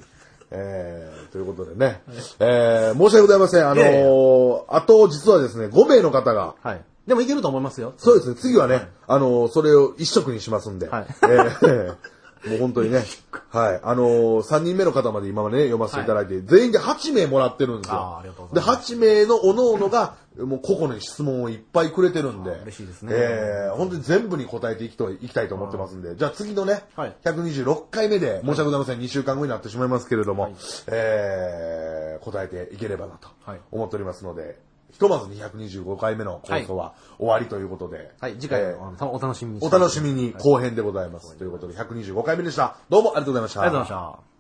C: えー、ということでね。えー、申し訳ございません。あの
D: いやい
C: ー、あと実はですね、5名の方が、
D: はい。でもいけると思いますよ。
C: そうですね、次はね、あのー、それを一色にしますんで、
D: はい
C: えーもう本当にね、はい、あのー、3人目の方まで今までね、読ませていただいて、全員で8名もらってるんですよ。
D: あーありがとうござい
C: で、8名の各々が、もう個々に質問をいっぱいくれてるんで、
D: あー嬉しいですね
C: えー本当に全部に答えていきといきたいと思ってますんで、じゃあ次のね、
D: はい
C: 126回目で、申し訳ございません、2週間後になってしまいますけれども、えー答えていければなと
D: はい
C: 思っておりますので、ひとまず225回目の放送は終わりということで、
D: はい、次回
C: えー
D: はお楽しみに
C: お楽しみに後編でございます。ということで、125回目でした。どうもありがとうございました。
D: ありがとうございました。